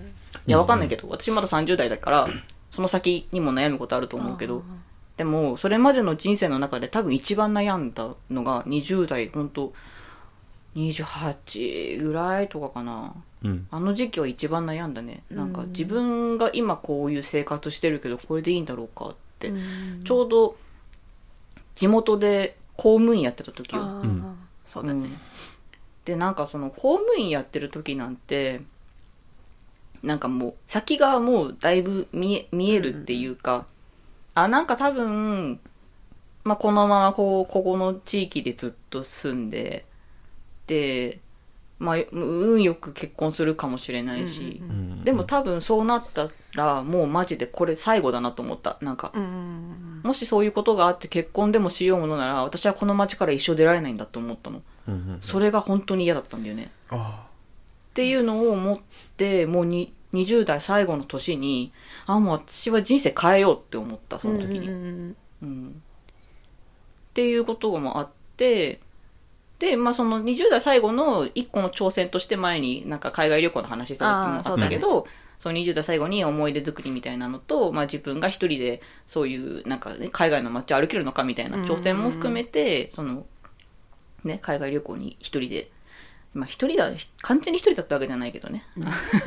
[SPEAKER 2] いや、わかんないけど、私まだ30代だ
[SPEAKER 4] [CLEARS THROAT]
[SPEAKER 2] から、その先にも悩むことあると思うけど、でも、それまでの人生の中で多分一番悩んだのが、20代、ほんと、28ぐらいとかかな。
[SPEAKER 3] うん。
[SPEAKER 2] あの時期は一番悩んだね。なんか、
[SPEAKER 4] うん
[SPEAKER 2] 自分が今こういう生活してるけど、これでいいんだろうかって。
[SPEAKER 4] うん
[SPEAKER 2] ちょうど、地元で公務員やってた時
[SPEAKER 4] あ
[SPEAKER 2] よ。
[SPEAKER 4] ー
[SPEAKER 3] うん
[SPEAKER 4] そうだね、
[SPEAKER 2] んでなんかその公務員やってる時なんてなんかもう先がもうだいぶ見え見えるっていうか、あなんか多分、まあ、このままこうここの地域でずっと住んでで、まあ、運よく結婚するかもしれないし、
[SPEAKER 4] うん
[SPEAKER 3] うん
[SPEAKER 2] でも、多分そうなったらもうマジでこれ最後だなと思ったなんか
[SPEAKER 4] うんうん
[SPEAKER 2] もしそういうことがあって結婚でもしようものなら私はこの町から一生出られないんだと思ったの。
[SPEAKER 3] うんうん
[SPEAKER 2] それが本当に嫌だったんだよね。
[SPEAKER 3] あ
[SPEAKER 2] っていうのを思って、もうに20代最後の年に、あ、もう私は人生変えようって思った、その時に。
[SPEAKER 4] に
[SPEAKER 2] うんっていうこともあって、で、まあその20代最後の一個の挑戦として前になんか海外旅行の話した時もあったけど、その20代最後に思い出作りみたいなのと、まあ自分が一人でそういうなんかね、海外の街を歩けるのかみたいな挑戦も含めて、その、ね、海外旅行に一人で、まあ一人だ、完全に一人だったわけじゃないけどね。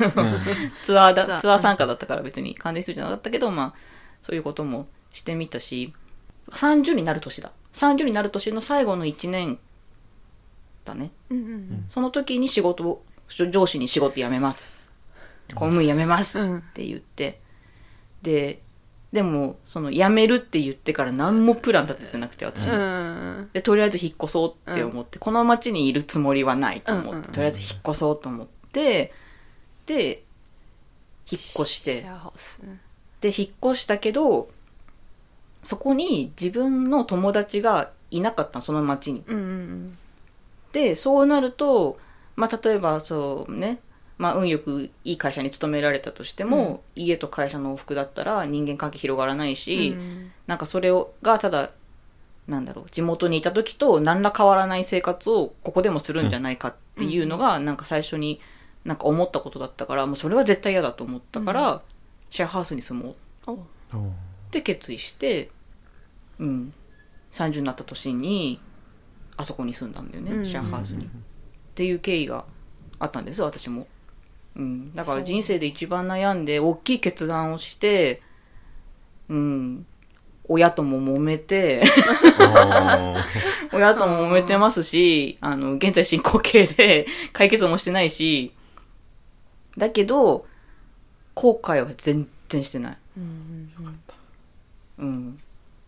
[SPEAKER 2] ツアー
[SPEAKER 4] ツア
[SPEAKER 2] だ、
[SPEAKER 4] ー
[SPEAKER 2] ツアー参加だったから別に完全一人じゃなかったけど、まあ、そういうこともしてみたし、30になる年だ。30になる年の最後の1年だね。
[SPEAKER 4] うん
[SPEAKER 2] その時に仕事を、上司に仕事辞めます。公務員辞めます
[SPEAKER 4] う
[SPEAKER 2] っ
[SPEAKER 4] んうん
[SPEAKER 2] て言って。で、でも、その辞めるって言ってから何もプラン立ててなくて、私。
[SPEAKER 4] うん
[SPEAKER 2] で、とりあえず引っ越そうって思って、この町にいるつもりはないと思って、
[SPEAKER 4] うんうんうん
[SPEAKER 2] とりあえず引っ越そうと思って、で、引っ越して
[SPEAKER 4] シェ、アハウス
[SPEAKER 2] で引っ越したけどそこに自分の友達がいなかったのその町に。
[SPEAKER 4] うんうん
[SPEAKER 2] でそうなると、まあ、例えばそうね、まあ、運よくいい会社に勤められたとしても、家と会社の往復だったら人間関係広がらないし、
[SPEAKER 4] うん
[SPEAKER 2] なんかそれをがただなんだろう地元にいた時と何ら変わらない生活をここでもするんじゃないかっていうのが、なんか最初になんか思ったことだったからもうそれは絶対嫌だと思ったから、シェアハウスに住もう
[SPEAKER 4] お
[SPEAKER 3] あ。お
[SPEAKER 2] って決意して、うん、30になった年にあそこに住んだんだよね、
[SPEAKER 4] うん
[SPEAKER 2] シェアハウスに。っていう経緯があったんです私も、うん、だか
[SPEAKER 4] そ
[SPEAKER 2] ら
[SPEAKER 4] う
[SPEAKER 2] 人生で一番悩んで大きい決断をして、うん、親とも揉め
[SPEAKER 4] [LAUGHS]
[SPEAKER 2] て、
[SPEAKER 3] あ
[SPEAKER 2] 親とも揉めてますし、あの、現在進行形で解決もしてないし、だけど、後悔は全然してない。
[SPEAKER 4] うんうんうん
[SPEAKER 2] うん。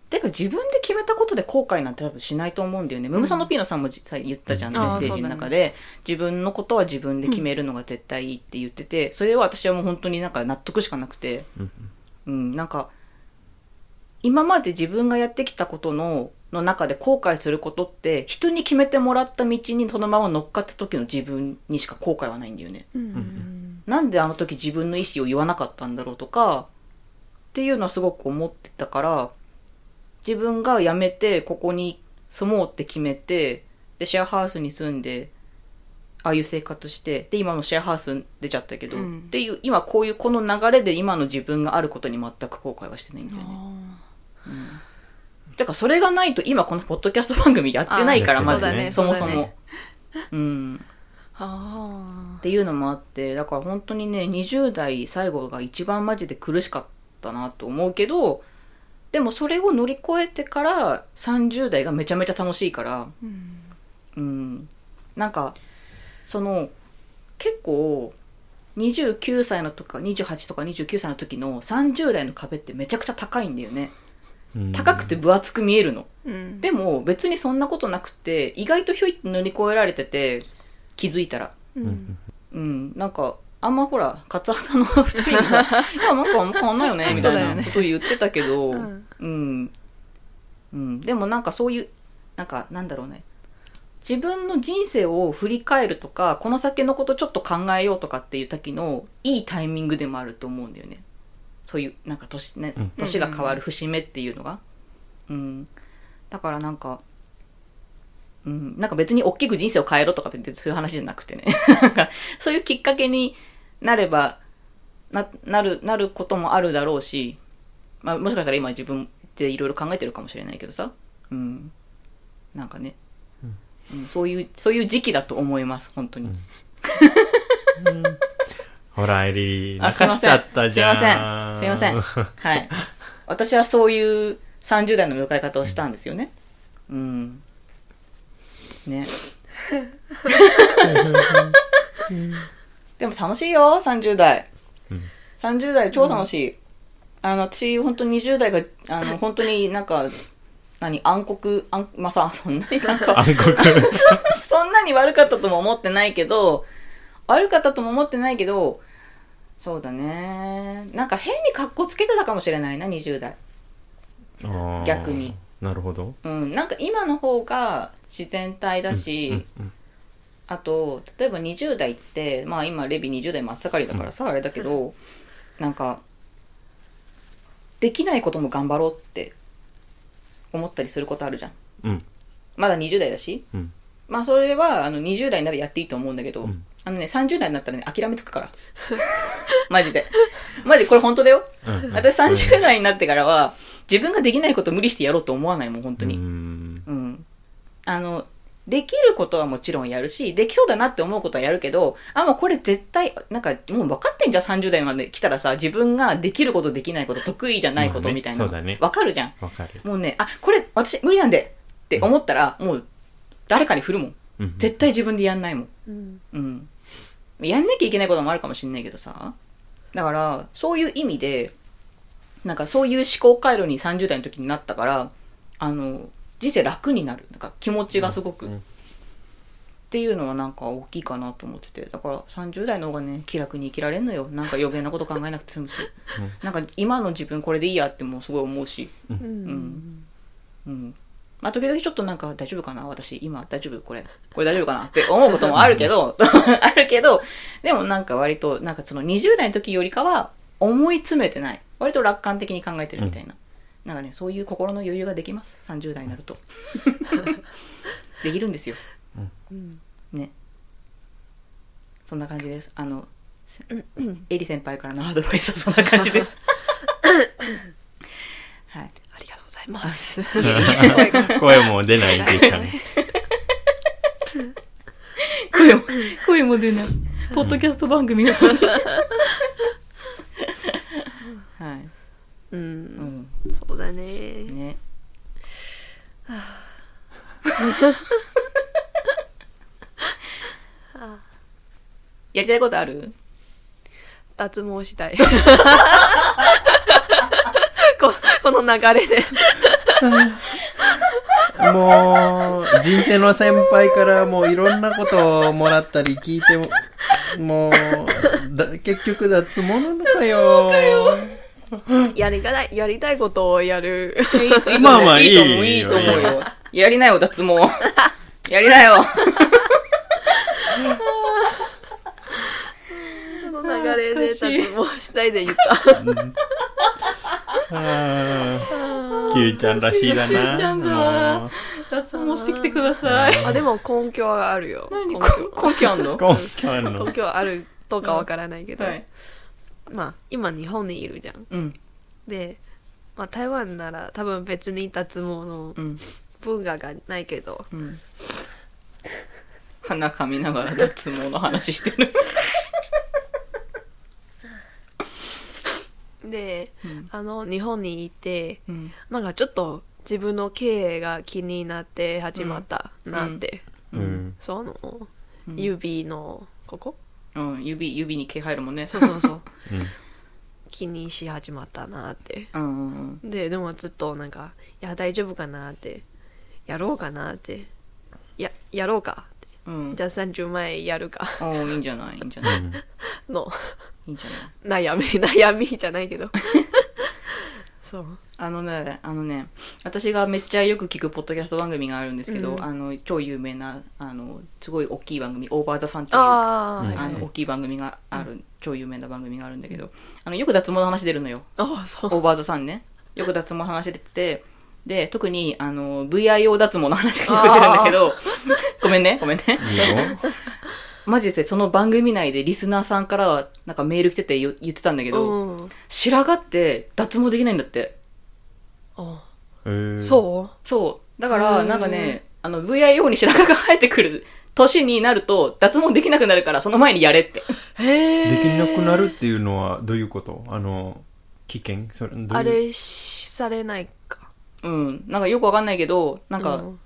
[SPEAKER 2] てか自分で決めたことで後悔なんて多分しないと思うんだよね。ムムサノピーノさんもじさ言ったじゃん、
[SPEAKER 4] う
[SPEAKER 2] メ
[SPEAKER 4] ん
[SPEAKER 2] ッセージの中で、自分のことは自分で決めるのが絶対いいって言ってて、それは私はもう本当になんか納得しかなくて、
[SPEAKER 3] うん
[SPEAKER 2] うん、なんか、今まで自分がやってきたことの、の中で後悔することって、人に決めてもらった道にそのまま乗っかった時の自分にしか後悔はないんだよね。
[SPEAKER 4] うん
[SPEAKER 2] なんであの時自分の意思を言わなかったんだろうとかっていうのはすごく思ってたから自分が辞めてここに住もうって決めてでシェアハウスに住んでああいう生活してで今のシェアハウス出ちゃったけど、
[SPEAKER 4] うん
[SPEAKER 2] っていう今こういうこの流れで今の自分があることに全く後悔はしてないんだよね。だからそれがないと今このポッドキャスト番組やってないから
[SPEAKER 3] あー
[SPEAKER 2] まず
[SPEAKER 3] そうだね
[SPEAKER 2] そもそ
[SPEAKER 4] そうだ
[SPEAKER 2] も。うん
[SPEAKER 4] あ
[SPEAKER 2] っていうのもあってだから本当にね20代最後が一番マジで苦しかったなと思うけどでもそれを乗り越えてから30代がめちゃめちゃ楽しいから
[SPEAKER 4] ーうん
[SPEAKER 2] うんなんかその結構29歳のとか28とか29歳の時の30代の壁ってめちゃくちゃ高いんだよね [LAUGHS]
[SPEAKER 3] ー
[SPEAKER 2] 高くて分厚く見えるの
[SPEAKER 4] うん
[SPEAKER 2] でも別にそんなことなくて意外とひょいって乗り越えられてて気づいたら
[SPEAKER 4] うん
[SPEAKER 2] うん、なんか、あんまほら、カツアタの二人が、いや、なんかあんま変わんないよね、みた
[SPEAKER 4] そうだ
[SPEAKER 2] い
[SPEAKER 4] よ
[SPEAKER 2] な
[SPEAKER 4] ね
[SPEAKER 2] こと言ってたけど、う
[SPEAKER 4] うんん、
[SPEAKER 2] うん、でもなんかそういう、なんか、なんだろうね。自分の人生を振り返るとか、この先のことちょっと考えようとかっていう時の、いいタイミングでもあると思うんだよね。そういう、なんか年、ね
[SPEAKER 3] うん、
[SPEAKER 2] 年が変わる節目っていうのが。うん。だからなんか、うん、なんか別に大きく人生を変えろとかってそういう話じゃなくてね。なんかそういうきっかけになれば、な、なる、なることもあるだろうし、まあもしかしたら今自分でいろいろ考えてるかもしれないけどさ。うん。なんかね。うん、そういう、そういう時期だと思います、本当に。
[SPEAKER 3] うんほら、エリー、
[SPEAKER 2] あ
[SPEAKER 3] 泣かしちゃったじゃん。
[SPEAKER 2] すいませんすい
[SPEAKER 3] ま
[SPEAKER 2] はい。私はそういう30代の迎え方をしたんですよね。うん。ね。でも楽しいよ、30代。
[SPEAKER 3] うん
[SPEAKER 2] 30代超楽しい。あの、私、本当に20代が、あの、本当になんか、何、暗黒、暗まあさ、そんなになんか、
[SPEAKER 3] せん。 [LAUGHS]
[SPEAKER 2] [LAUGHS]
[SPEAKER 3] 暗黒。
[SPEAKER 2] そんなに悪かったとも思ってないけど、悪かったとも思ってないけど、そうだね。なんか変に格好つけてたかもしれないな、20代。
[SPEAKER 3] あー
[SPEAKER 2] 逆に。
[SPEAKER 3] なるほど。
[SPEAKER 2] うん。なんか今の方が自然体だし、
[SPEAKER 3] うんうん
[SPEAKER 2] あと、例えば20代って、まあ今、レビ20代真っ盛りだからさ、あれだけど、なんか、できないことも頑張ろうって思ったりすることあるじゃん。
[SPEAKER 3] うん。
[SPEAKER 2] まだ20代だし。
[SPEAKER 3] うん
[SPEAKER 2] まあそれはあの20代にならやっていいと思うんだけど、
[SPEAKER 3] うん
[SPEAKER 2] あのね、30代になったらね、諦めつくから。 [LAUGHS] マジで。マジこれ本当だよ。
[SPEAKER 3] うんうん
[SPEAKER 2] 私30代になってからは、自分ができないこと無理してやろうと思わないもん、本当に。
[SPEAKER 3] うん
[SPEAKER 2] うん。あの、できることはもちろんやるし、できそうだなって思うことはやるけど、あ、もうこれ絶対、なんかもう分かってんじゃん、30代まで来たらさ、自分ができること、できないこと、得意じゃないこ
[SPEAKER 3] まあ
[SPEAKER 2] と
[SPEAKER 3] ね
[SPEAKER 2] みたいな。
[SPEAKER 3] そうだね
[SPEAKER 2] 分かるじゃん。
[SPEAKER 3] わかる。
[SPEAKER 2] もうね、あ、これ私無理なんでって思ったら、もう誰かに振るもん。
[SPEAKER 3] うん
[SPEAKER 2] 絶対自分でやんないもん。
[SPEAKER 4] うん
[SPEAKER 2] うん。やんなきゃいけないこともあるかもしんないけどさ。だから、そういう意味で、なんかそういう思考回路に30代の時になったから、あの、人生楽になる。なんか気持ちがすごく。
[SPEAKER 3] うん
[SPEAKER 2] っていうのはなんか大きいかなと思ってて。だから30代の方がね、気楽に生きられんのよ。なんか余計なこと考えなくて済むし。なんか今の自分これでいいやってもうすごい思うし。うんうん。まあ、時々ちょっとなんか大丈夫かな私今大丈夫これ。これ大丈夫かなって思うこともあるけど、 [LAUGHS] あるけど、でもなんか割と、なんかその20代の時よりかは思い詰めてない。割と楽観的に考えてるみたいな。なんかね、そういう心の余裕ができます。30代になると。できるんですよ。
[SPEAKER 4] うん
[SPEAKER 2] ね。そんな感じです。あの、せエリ先輩からのアドバイスはそんな感じ [LAUGHS] です。はい。
[SPEAKER 4] ありがとうございます。
[SPEAKER 3] [LAUGHS] 声も出ないでいちゃん。
[SPEAKER 2] [LAUGHS] 声も、声も出ない。ポッドキャスト番組なのに。はい。
[SPEAKER 4] う、
[SPEAKER 2] うんん。
[SPEAKER 4] [LAUGHS] そうだね。
[SPEAKER 2] ね。やりたいことある
[SPEAKER 4] 脱毛したい。ここの流れで。
[SPEAKER 5] もう、人生の先輩からもういろんなことをもらったり聞いても、もう、だ結局脱毛なのかよ。
[SPEAKER 4] やりたい、やりたいことをやる。
[SPEAKER 3] まあまあいい
[SPEAKER 2] いいと思う、いいと思う
[SPEAKER 3] いい
[SPEAKER 2] よ。やりなよ、脱毛。やりなよ。
[SPEAKER 4] この流れで脱毛したいで言っ
[SPEAKER 3] あーキューちゃんらしいだな。
[SPEAKER 2] キューちゃんだわ
[SPEAKER 3] もう
[SPEAKER 2] 脱毛してきてください。
[SPEAKER 4] た。あ、でも根拠はあるよ。根
[SPEAKER 2] こ根拠あんの
[SPEAKER 3] 根拠あるの
[SPEAKER 4] 拠。根拠はあるとかわからないけど、
[SPEAKER 2] はい。
[SPEAKER 4] まあ、今日本にいるじゃん。
[SPEAKER 2] うん、
[SPEAKER 4] で、まあ、台湾なら多分別に脱毛の
[SPEAKER 2] うん、
[SPEAKER 4] 文化がないけど、
[SPEAKER 2] うん。鼻かみながら脱毛の話してる。
[SPEAKER 4] で、
[SPEAKER 2] うん
[SPEAKER 4] あの、日本にいて、
[SPEAKER 2] うん。
[SPEAKER 4] なんかちょっと自分の経営が気になって始まったなって、
[SPEAKER 3] うん。
[SPEAKER 4] その、
[SPEAKER 2] うん
[SPEAKER 4] 指のここ
[SPEAKER 2] うん、指、指に毛入るもんね。
[SPEAKER 4] そうそうそう
[SPEAKER 3] うん
[SPEAKER 4] 気にし始まったなって
[SPEAKER 2] [LAUGHS] うんうん
[SPEAKER 4] ででもずっとなんかいや大丈夫かなってやろうかなってややろうかって
[SPEAKER 2] うん。うん。
[SPEAKER 4] じゃあ30万円やるか
[SPEAKER 2] おーいいんじゃないいいんじゃない
[SPEAKER 4] の
[SPEAKER 2] いいんじゃない
[SPEAKER 4] 悩み [LAUGHS] 悩みじゃない
[SPEAKER 2] [LAUGHS]
[SPEAKER 4] けどそう
[SPEAKER 2] あのね、あのね、私がめっちゃよく聞くポッドキャスト番組があるんですけど、
[SPEAKER 4] うん
[SPEAKER 2] あの、超有名な、あの、すごい大きい番組、オーバーザさんっていう、あ
[SPEAKER 4] ああ、はいはい
[SPEAKER 2] の、大きい番組がある、超有名な番組があるんだけど、あの、よく脱毛の話出るのよ。
[SPEAKER 4] ああそう
[SPEAKER 2] オーバーザさんね。よく脱毛の話出てて、で、特に、あの、VIO 脱毛の話が出てるんだけど、ごめんね、ごめんね。
[SPEAKER 3] いいよ。
[SPEAKER 2] マジでその番組内でリスナーさんからはなんかメール来てて言言ってたんだけど、
[SPEAKER 4] うん
[SPEAKER 2] 白髪って脱毛できないんだって。
[SPEAKER 4] あ
[SPEAKER 3] えー
[SPEAKER 4] そ
[SPEAKER 2] そう。だか
[SPEAKER 4] へ
[SPEAKER 2] ら、
[SPEAKER 4] ー
[SPEAKER 2] なんかね、あの、VIO に白髪が生えてくる年になると脱毛できなくなるからその前にやれって。
[SPEAKER 4] うへえ
[SPEAKER 3] できなくなるっていうのはどういうことあの、危険それ、どういう
[SPEAKER 4] あれしされないか
[SPEAKER 2] うん。なんかよくわかんないけど、なんか、
[SPEAKER 4] うん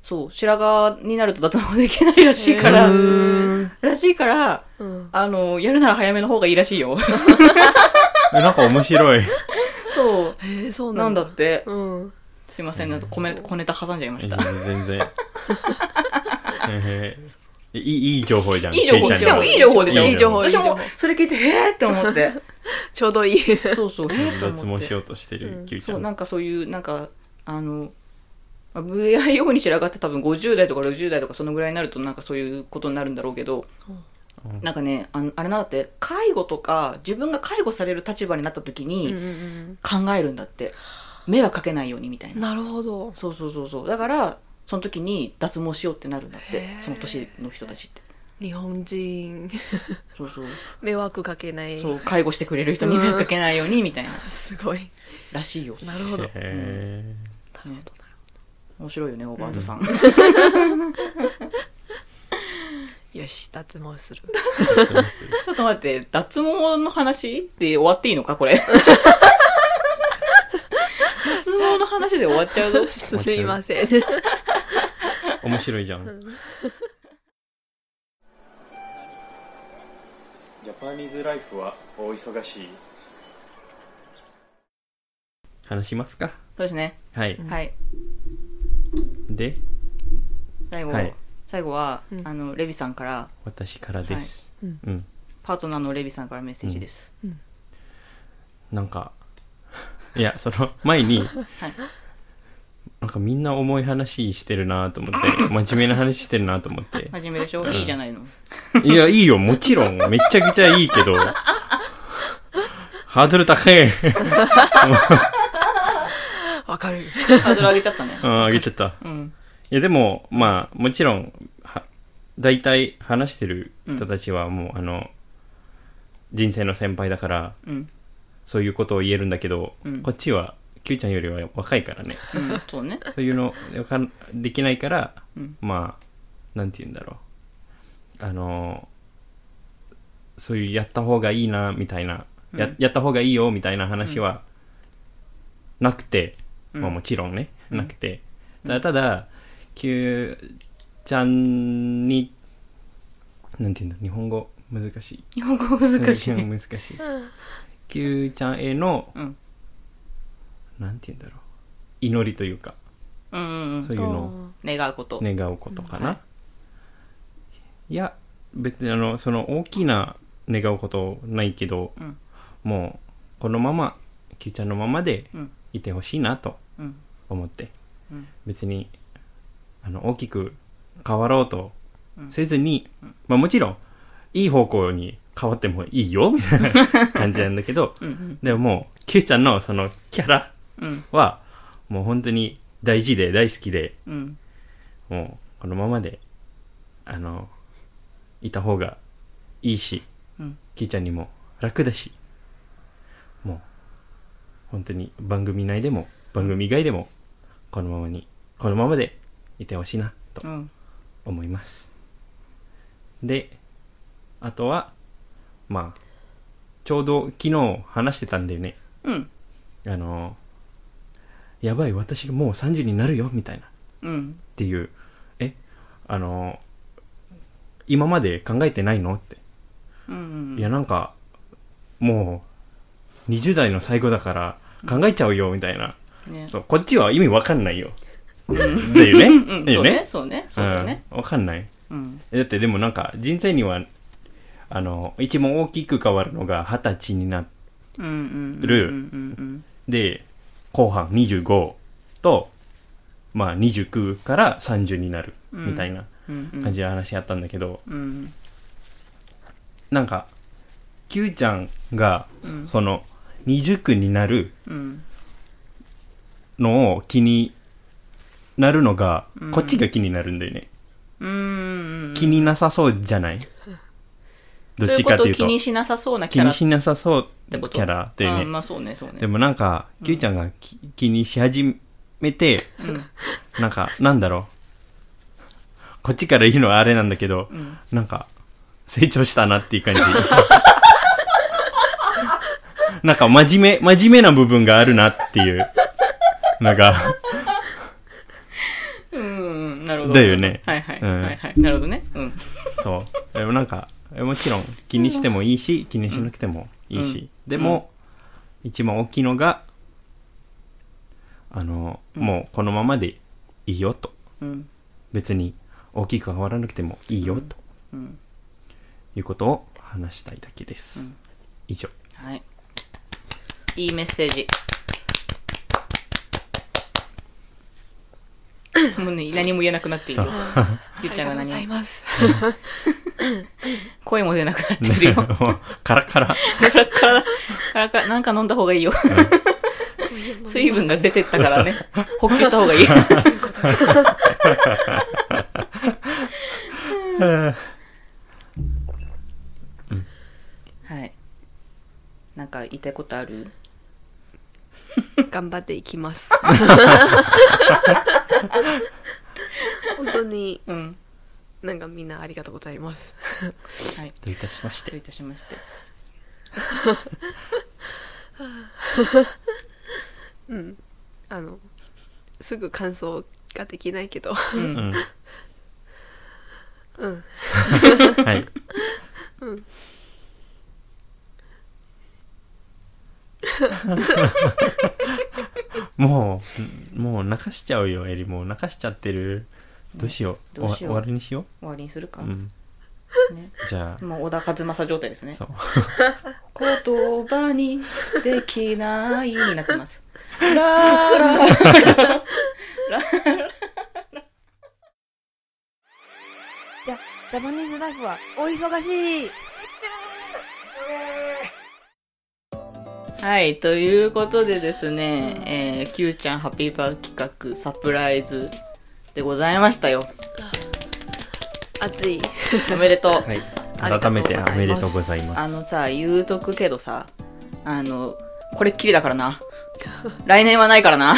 [SPEAKER 2] そう、白髪になると脱毛できないらしいか
[SPEAKER 4] へ
[SPEAKER 2] ら、
[SPEAKER 4] ー
[SPEAKER 2] らしいから、
[SPEAKER 4] うん
[SPEAKER 2] あの、やるなら早めの方がいいらしいよ。
[SPEAKER 3] えなんか面白い。
[SPEAKER 2] そ
[SPEAKER 4] へえそう
[SPEAKER 2] う。[LAUGHS]
[SPEAKER 4] な
[SPEAKER 2] なんん
[SPEAKER 4] だ
[SPEAKER 2] だって。
[SPEAKER 4] うん
[SPEAKER 2] すいません、なんか小ネ小ネタ挟んじゃいました。
[SPEAKER 3] 全然。えーいい、いい情報じゃん。
[SPEAKER 2] いい情報、
[SPEAKER 3] ケイち
[SPEAKER 2] で
[SPEAKER 3] ゃんの
[SPEAKER 2] もいい情報でしょ
[SPEAKER 4] いい情報
[SPEAKER 2] 私もそれ聞いて、へーって思って。
[SPEAKER 4] ちょうどいい
[SPEAKER 2] そうそう、へーと
[SPEAKER 3] 脱
[SPEAKER 2] 思っ。
[SPEAKER 3] 毛してようとして
[SPEAKER 4] う
[SPEAKER 3] る
[SPEAKER 4] ん、
[SPEAKER 3] キューち
[SPEAKER 2] そ
[SPEAKER 3] ゃ
[SPEAKER 2] う、
[SPEAKER 3] ん。
[SPEAKER 2] なんかそういう、なんか、あの、まあ VIO に白髪って多分50代とか60代とかそのぐらいになるとなんかそういうことになるんだろうけど、
[SPEAKER 3] うん
[SPEAKER 2] なんかね、あのあれなんだって、介護とか自分が介護される立場になった時
[SPEAKER 4] うんうん
[SPEAKER 2] に
[SPEAKER 4] うん
[SPEAKER 2] 考えるんだって。迷惑かけないようにみたいな。
[SPEAKER 4] [LAUGHS] なるほど
[SPEAKER 2] そうそうそうそう。だから、その時に脱毛しようってなるんだっ
[SPEAKER 4] へ
[SPEAKER 2] て、
[SPEAKER 4] ー
[SPEAKER 2] その年の人たちって。
[SPEAKER 4] 日本人
[SPEAKER 2] そうそう。
[SPEAKER 4] 迷惑かけない
[SPEAKER 2] そう、介護してくれる人に迷惑かけないようにみたいな。
[SPEAKER 4] すごい
[SPEAKER 2] らしいよ。
[SPEAKER 4] なるほど
[SPEAKER 3] え
[SPEAKER 2] ね面白いよね、オーバーザさん。
[SPEAKER 4] よし脱毛する
[SPEAKER 3] ーやってます
[SPEAKER 2] ちょっと待って、脱毛の話で終わっていいのか、これ。脱毛の話で終わっちゃうぞ。
[SPEAKER 4] すみません [LAUGHS]
[SPEAKER 3] 面白いじ
[SPEAKER 1] [LAUGHS]
[SPEAKER 3] ゃん。
[SPEAKER 1] ジャパニーズライフは大忙しい
[SPEAKER 3] 話しますか
[SPEAKER 2] そうですね。
[SPEAKER 3] はい。
[SPEAKER 2] はい。
[SPEAKER 3] で、
[SPEAKER 2] 最後、
[SPEAKER 3] はい
[SPEAKER 2] 最後は、
[SPEAKER 4] うん
[SPEAKER 2] あの、レビさんから、
[SPEAKER 3] 私からです。
[SPEAKER 4] はいうん
[SPEAKER 3] うん。
[SPEAKER 2] パートナーのレビさんからメッセージです。
[SPEAKER 3] なんか、 [LAUGHS] いや、その前
[SPEAKER 4] [LAUGHS]
[SPEAKER 3] に、
[SPEAKER 2] はい
[SPEAKER 3] なんかみんな重い話してるなと思って、
[SPEAKER 4] [LAUGHS]
[SPEAKER 3] 真面目な話してるなと思って。
[SPEAKER 2] 真面目でしょ、
[SPEAKER 3] うん
[SPEAKER 2] いいじゃないの。
[SPEAKER 3] いや、いいよ、もちろん。めっちゃくちゃいい
[SPEAKER 4] [LAUGHS]
[SPEAKER 3] けど。ハードル高い。
[SPEAKER 4] わかる
[SPEAKER 2] ハードル上げちゃったね
[SPEAKER 3] う。ん、上げちゃった。
[SPEAKER 2] うん。
[SPEAKER 3] いや、でも、まあ、もちろん、は、大体話してる人たちはもう、あの、人生の先輩だから、
[SPEAKER 2] うん。
[SPEAKER 3] そういうことを言えるんだけど、
[SPEAKER 2] うん
[SPEAKER 3] こっちは、キューちゃんよりは若いからね。
[SPEAKER 2] うん、そうね。
[SPEAKER 3] そういうのわかんできないから、
[SPEAKER 2] うん
[SPEAKER 3] まあなんて言うんだろうあのそういうやった方がいいなみたいな、や
[SPEAKER 2] うん
[SPEAKER 3] やった方がいいよみたいな話は、なくて、
[SPEAKER 2] うん
[SPEAKER 3] まあもちろんね、
[SPEAKER 2] うん
[SPEAKER 3] なくて。ただ、ただ、Q ちゃんに、なんていうんだ、日本語難しい。
[SPEAKER 2] 日本語難しい。
[SPEAKER 3] うん難しい。Q ちゃんへの、
[SPEAKER 2] うん
[SPEAKER 3] なんていうんだろう。祈りというか、
[SPEAKER 2] うんうん
[SPEAKER 3] そういうのを
[SPEAKER 2] うん。願うこと。
[SPEAKER 3] 願うことかな、、
[SPEAKER 2] はい
[SPEAKER 3] や別にあのその大きな願うことないけど、
[SPEAKER 2] うん
[SPEAKER 3] もうこのまま Q ちゃんのままで
[SPEAKER 2] うん
[SPEAKER 3] いてほしいなと
[SPEAKER 2] うん
[SPEAKER 3] 思って、
[SPEAKER 2] うん
[SPEAKER 3] 別にあの大きく変わろうとせずに、まあ、もちろんいい方向に変わってもいいよみた
[SPEAKER 2] [LAUGHS]
[SPEAKER 3] いな感じなんだけど、
[SPEAKER 2] うん
[SPEAKER 3] でももう Q ちゃんのそのキャラ
[SPEAKER 2] うん
[SPEAKER 3] はもう本当に大事で大好きで
[SPEAKER 2] うん
[SPEAKER 3] もうこのままであのいた方がいいし、
[SPEAKER 2] うん
[SPEAKER 3] キーちゃんにも楽だしもう本当に番組内でも番組以外でもこのままにこのままでいてほしいなと
[SPEAKER 2] うん
[SPEAKER 3] 思います、であとはまあちょうど昨日話してたんだよね
[SPEAKER 2] うん
[SPEAKER 3] あのやばい私がもう30になるよみたいな
[SPEAKER 2] うん
[SPEAKER 3] っていう、え、あの、今まで考えてないのって。
[SPEAKER 2] うん
[SPEAKER 3] いや、なんか、もう、20代の最後だから、考えちゃうよ、みたいな。
[SPEAKER 2] ね
[SPEAKER 3] そう、こっちは意味わかんないよ。だよね。
[SPEAKER 2] うん
[SPEAKER 3] だ
[SPEAKER 2] そ
[SPEAKER 3] よ
[SPEAKER 2] うね
[SPEAKER 3] ね。
[SPEAKER 2] そうねそうだよね
[SPEAKER 3] うんわかんない。
[SPEAKER 2] うん
[SPEAKER 3] だってでもなんか、人生には、あの、一番大きく変わるのが二十歳になっ
[SPEAKER 2] うんうん
[SPEAKER 3] る
[SPEAKER 2] うんうん
[SPEAKER 3] て、後半25と、まあ29から30になる、みたいな
[SPEAKER 2] うんうん
[SPEAKER 3] 感じの話あったんだけど、
[SPEAKER 2] うん
[SPEAKER 3] なんか、Q ちゃんが、
[SPEAKER 2] うん
[SPEAKER 3] その、二十区になる
[SPEAKER 2] うん
[SPEAKER 3] のを気になるのが、こっちが気になるんだよね。
[SPEAKER 2] うん
[SPEAKER 3] 気になさそうじゃないどっちかと
[SPEAKER 2] そうい
[SPEAKER 3] いうと。
[SPEAKER 2] うことを気にしなさそうなキ
[SPEAKER 3] 気
[SPEAKER 2] ャラ
[SPEAKER 3] にしなさそう
[SPEAKER 2] てこと
[SPEAKER 3] キャラっていうね。
[SPEAKER 2] あまあそうねそうね
[SPEAKER 3] でもなんか、Q ちゃんがき気にし始めて、なんか、なんだろう。こっちから言うのはあれなんだけど、なんか、成長したなっていう感じ。 [LAUGHS] なんか、真面目、真面目な部分があるなっていう。なんか、
[SPEAKER 2] うんなるほど
[SPEAKER 3] だよね
[SPEAKER 2] はいはい
[SPEAKER 3] うん
[SPEAKER 2] はいはいなるほどねうん
[SPEAKER 3] そう。でもなんか、もちろん気にしてもいいし、気にしなくてもいいし。でも、一番大きいのが、あの、もうこのままでいいよと。
[SPEAKER 2] うん
[SPEAKER 3] 別に大きく変わらなくてもいいよと。
[SPEAKER 2] うん
[SPEAKER 3] いうことを話したいだけです。以上。
[SPEAKER 2] はいいいメッセ
[SPEAKER 3] [LAUGHS]
[SPEAKER 2] ージもうね何も言えなくなっているよゆっちゃんが何も
[SPEAKER 4] ます。
[SPEAKER 2] 声も出なくなってる
[SPEAKER 3] ね、
[SPEAKER 2] よ
[SPEAKER 3] もう [LAUGHS] カラカラ。
[SPEAKER 2] カラカラ、カラカラ、なんか飲んだ方がいいよ。水分が出てったからね。補給した方がいい。はい。なんか言いたいことある
[SPEAKER 4] [LAUGHS] 頑張っていきます。 [LAUGHS] 本当に
[SPEAKER 2] うん。
[SPEAKER 4] なんかみんなありがとうございます。
[SPEAKER 2] はい。
[SPEAKER 3] どういたしまし
[SPEAKER 2] どう
[SPEAKER 3] て
[SPEAKER 2] い。たしまして。
[SPEAKER 4] うん。あの、すぐ感想ができないけど、
[SPEAKER 2] う。
[SPEAKER 3] うんん。
[SPEAKER 4] うん。
[SPEAKER 3] はい。もう、もう泣かしちゃうよ、エリ。もう泣かしちゃってる。どうしよう。
[SPEAKER 2] どうしよう
[SPEAKER 3] お終わりにしよ
[SPEAKER 2] 終わりにする
[SPEAKER 3] う。
[SPEAKER 2] か
[SPEAKER 3] う。ん。
[SPEAKER 2] ね
[SPEAKER 3] じゃあ、
[SPEAKER 2] もう小田和正状態ですね
[SPEAKER 3] そ。う。
[SPEAKER 2] 言葉にできないになってます。ラーラー
[SPEAKER 9] じゃ、ジャパニーズライフはお忙しい
[SPEAKER 2] はい、ということでですね、えー、Q ちゃんハッピーバー企画サプライズでございま
[SPEAKER 3] [LAUGHS]
[SPEAKER 2] したよ。
[SPEAKER 4] 暑い。
[SPEAKER 2] おめでとう。
[SPEAKER 3] はい。
[SPEAKER 4] ありがとうござい
[SPEAKER 3] 改め
[SPEAKER 4] ます
[SPEAKER 3] ておめでとうございます。
[SPEAKER 2] あのさ、言うとくけどさ、あの、これっきりだからな。来年はないから
[SPEAKER 3] [LAUGHS]
[SPEAKER 2] な。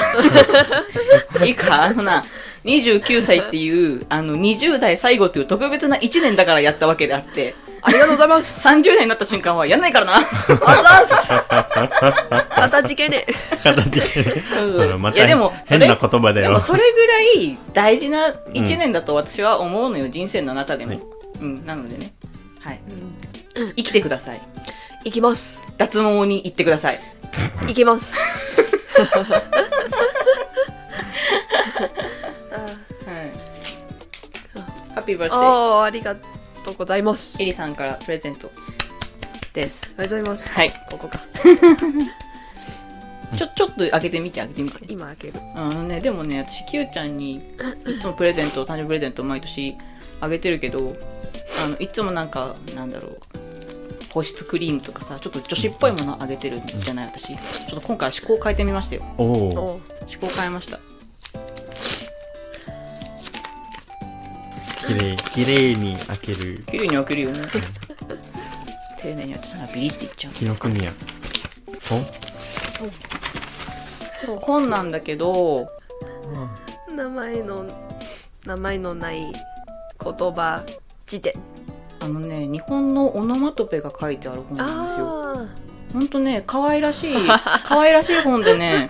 [SPEAKER 2] いいかあのな、29歳っていう、あの、20代最後っていう特別な1年だからやったわけであって、
[SPEAKER 4] ありがとうございます。
[SPEAKER 2] 30年になった瞬間はやんないからな。
[SPEAKER 4] あざっす。形けねえ。
[SPEAKER 3] 形で。
[SPEAKER 2] そう
[SPEAKER 3] あの [LAUGHS]
[SPEAKER 2] [LAUGHS]
[SPEAKER 3] ま
[SPEAKER 2] いや
[SPEAKER 3] た
[SPEAKER 2] でもそ
[SPEAKER 3] 変
[SPEAKER 2] れ
[SPEAKER 3] な言葉だ
[SPEAKER 2] で
[SPEAKER 3] よ
[SPEAKER 2] も。それぐらい大事な1年だと私は思うのよ、人生の中でも、
[SPEAKER 3] はい
[SPEAKER 2] うん、なのでね、はい、生きてください
[SPEAKER 4] 行きます。
[SPEAKER 2] 脱毛に行ってください
[SPEAKER 4] 行きます。あ
[SPEAKER 2] はいハッピーバースデー
[SPEAKER 4] あー、ありがとうございます。あ
[SPEAKER 2] エ
[SPEAKER 4] り
[SPEAKER 2] リさんからプレゼントです
[SPEAKER 4] がとうございます。
[SPEAKER 2] はい
[SPEAKER 4] ここか。
[SPEAKER 2] ちょちょっと開けてみて開けてみて
[SPEAKER 4] 今開ける。
[SPEAKER 2] あのねでもね私キューちゃんにいつもプレゼント誕生日プレゼント毎年あげてるけどあのいつもなんかなんだろう保湿クリームとかさちょっと女子っぽいものあげてるんじゃない私ちょっと今回思考変えてみましたよ
[SPEAKER 3] おお。
[SPEAKER 4] おう
[SPEAKER 2] 思考変えました
[SPEAKER 3] 綺麗綺麗に開ける。
[SPEAKER 2] 綺麗に開けるよね丁寧に私ならビリっていっちゃう
[SPEAKER 3] 紀ノ国屋。
[SPEAKER 2] そう本なんだけど
[SPEAKER 4] 名前の、名前のない言葉辞典。
[SPEAKER 2] あのね日本のオノマトペが書いてある本なんですよ
[SPEAKER 4] あ
[SPEAKER 2] ほんとね可愛らしい可愛らしい本で [LAUGHS] ね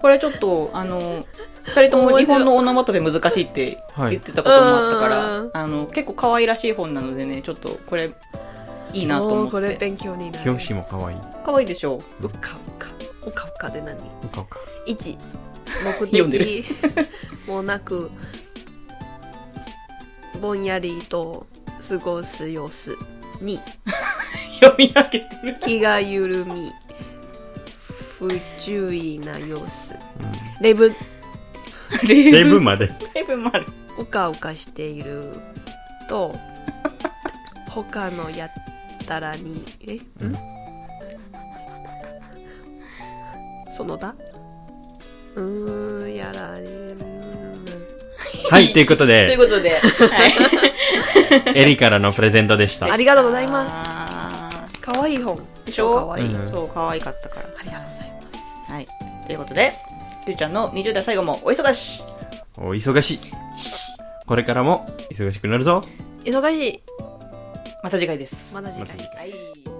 [SPEAKER 2] これちょっとあの2人とも日本のオノマトペ難しいって
[SPEAKER 3] はい
[SPEAKER 2] 言ってたこともあったから、
[SPEAKER 4] うん
[SPEAKER 2] あの結構可愛らしい本なのでねちょっとこれいい
[SPEAKER 4] あ。
[SPEAKER 2] なと
[SPEAKER 4] も
[SPEAKER 2] 思
[SPEAKER 4] うこ
[SPEAKER 2] っ
[SPEAKER 4] れ
[SPEAKER 2] て
[SPEAKER 4] 勉強になる。
[SPEAKER 3] 表紙も可愛い。
[SPEAKER 2] 可愛いでしょ
[SPEAKER 4] うかうか。うかうかで何
[SPEAKER 3] おかお
[SPEAKER 2] [LAUGHS]
[SPEAKER 3] か。
[SPEAKER 4] 一
[SPEAKER 2] 読ん
[SPEAKER 4] 目
[SPEAKER 2] で
[SPEAKER 4] 的 [LAUGHS] もなくぼんやりと過ごす様子に
[SPEAKER 2] 読み上げてる
[SPEAKER 4] 気が緩み不注意な様子レブ
[SPEAKER 3] レブまで。
[SPEAKER 2] レブもある
[SPEAKER 4] うかうかしていると他のやったらにえ
[SPEAKER 3] うん
[SPEAKER 4] んその他うーんやらに
[SPEAKER 3] はい、ということ
[SPEAKER 2] という
[SPEAKER 3] で、
[SPEAKER 2] ことで、 [LAUGHS] はい、
[SPEAKER 3] エリからのプレゼントでした。
[SPEAKER 4] ありがとうございます
[SPEAKER 2] あ
[SPEAKER 4] かわいい本
[SPEAKER 2] ーでしょ
[SPEAKER 4] かわいい、
[SPEAKER 3] うん
[SPEAKER 2] そう可愛かったから
[SPEAKER 4] ありがとうございます
[SPEAKER 2] はいということでゆうちゃんの20代最後もお忙し
[SPEAKER 3] お忙しい。これからも忙しくなるぞ。
[SPEAKER 4] 忙しい
[SPEAKER 2] また次回です
[SPEAKER 4] まだ時
[SPEAKER 3] また次
[SPEAKER 4] 間
[SPEAKER 3] 回
[SPEAKER 2] はい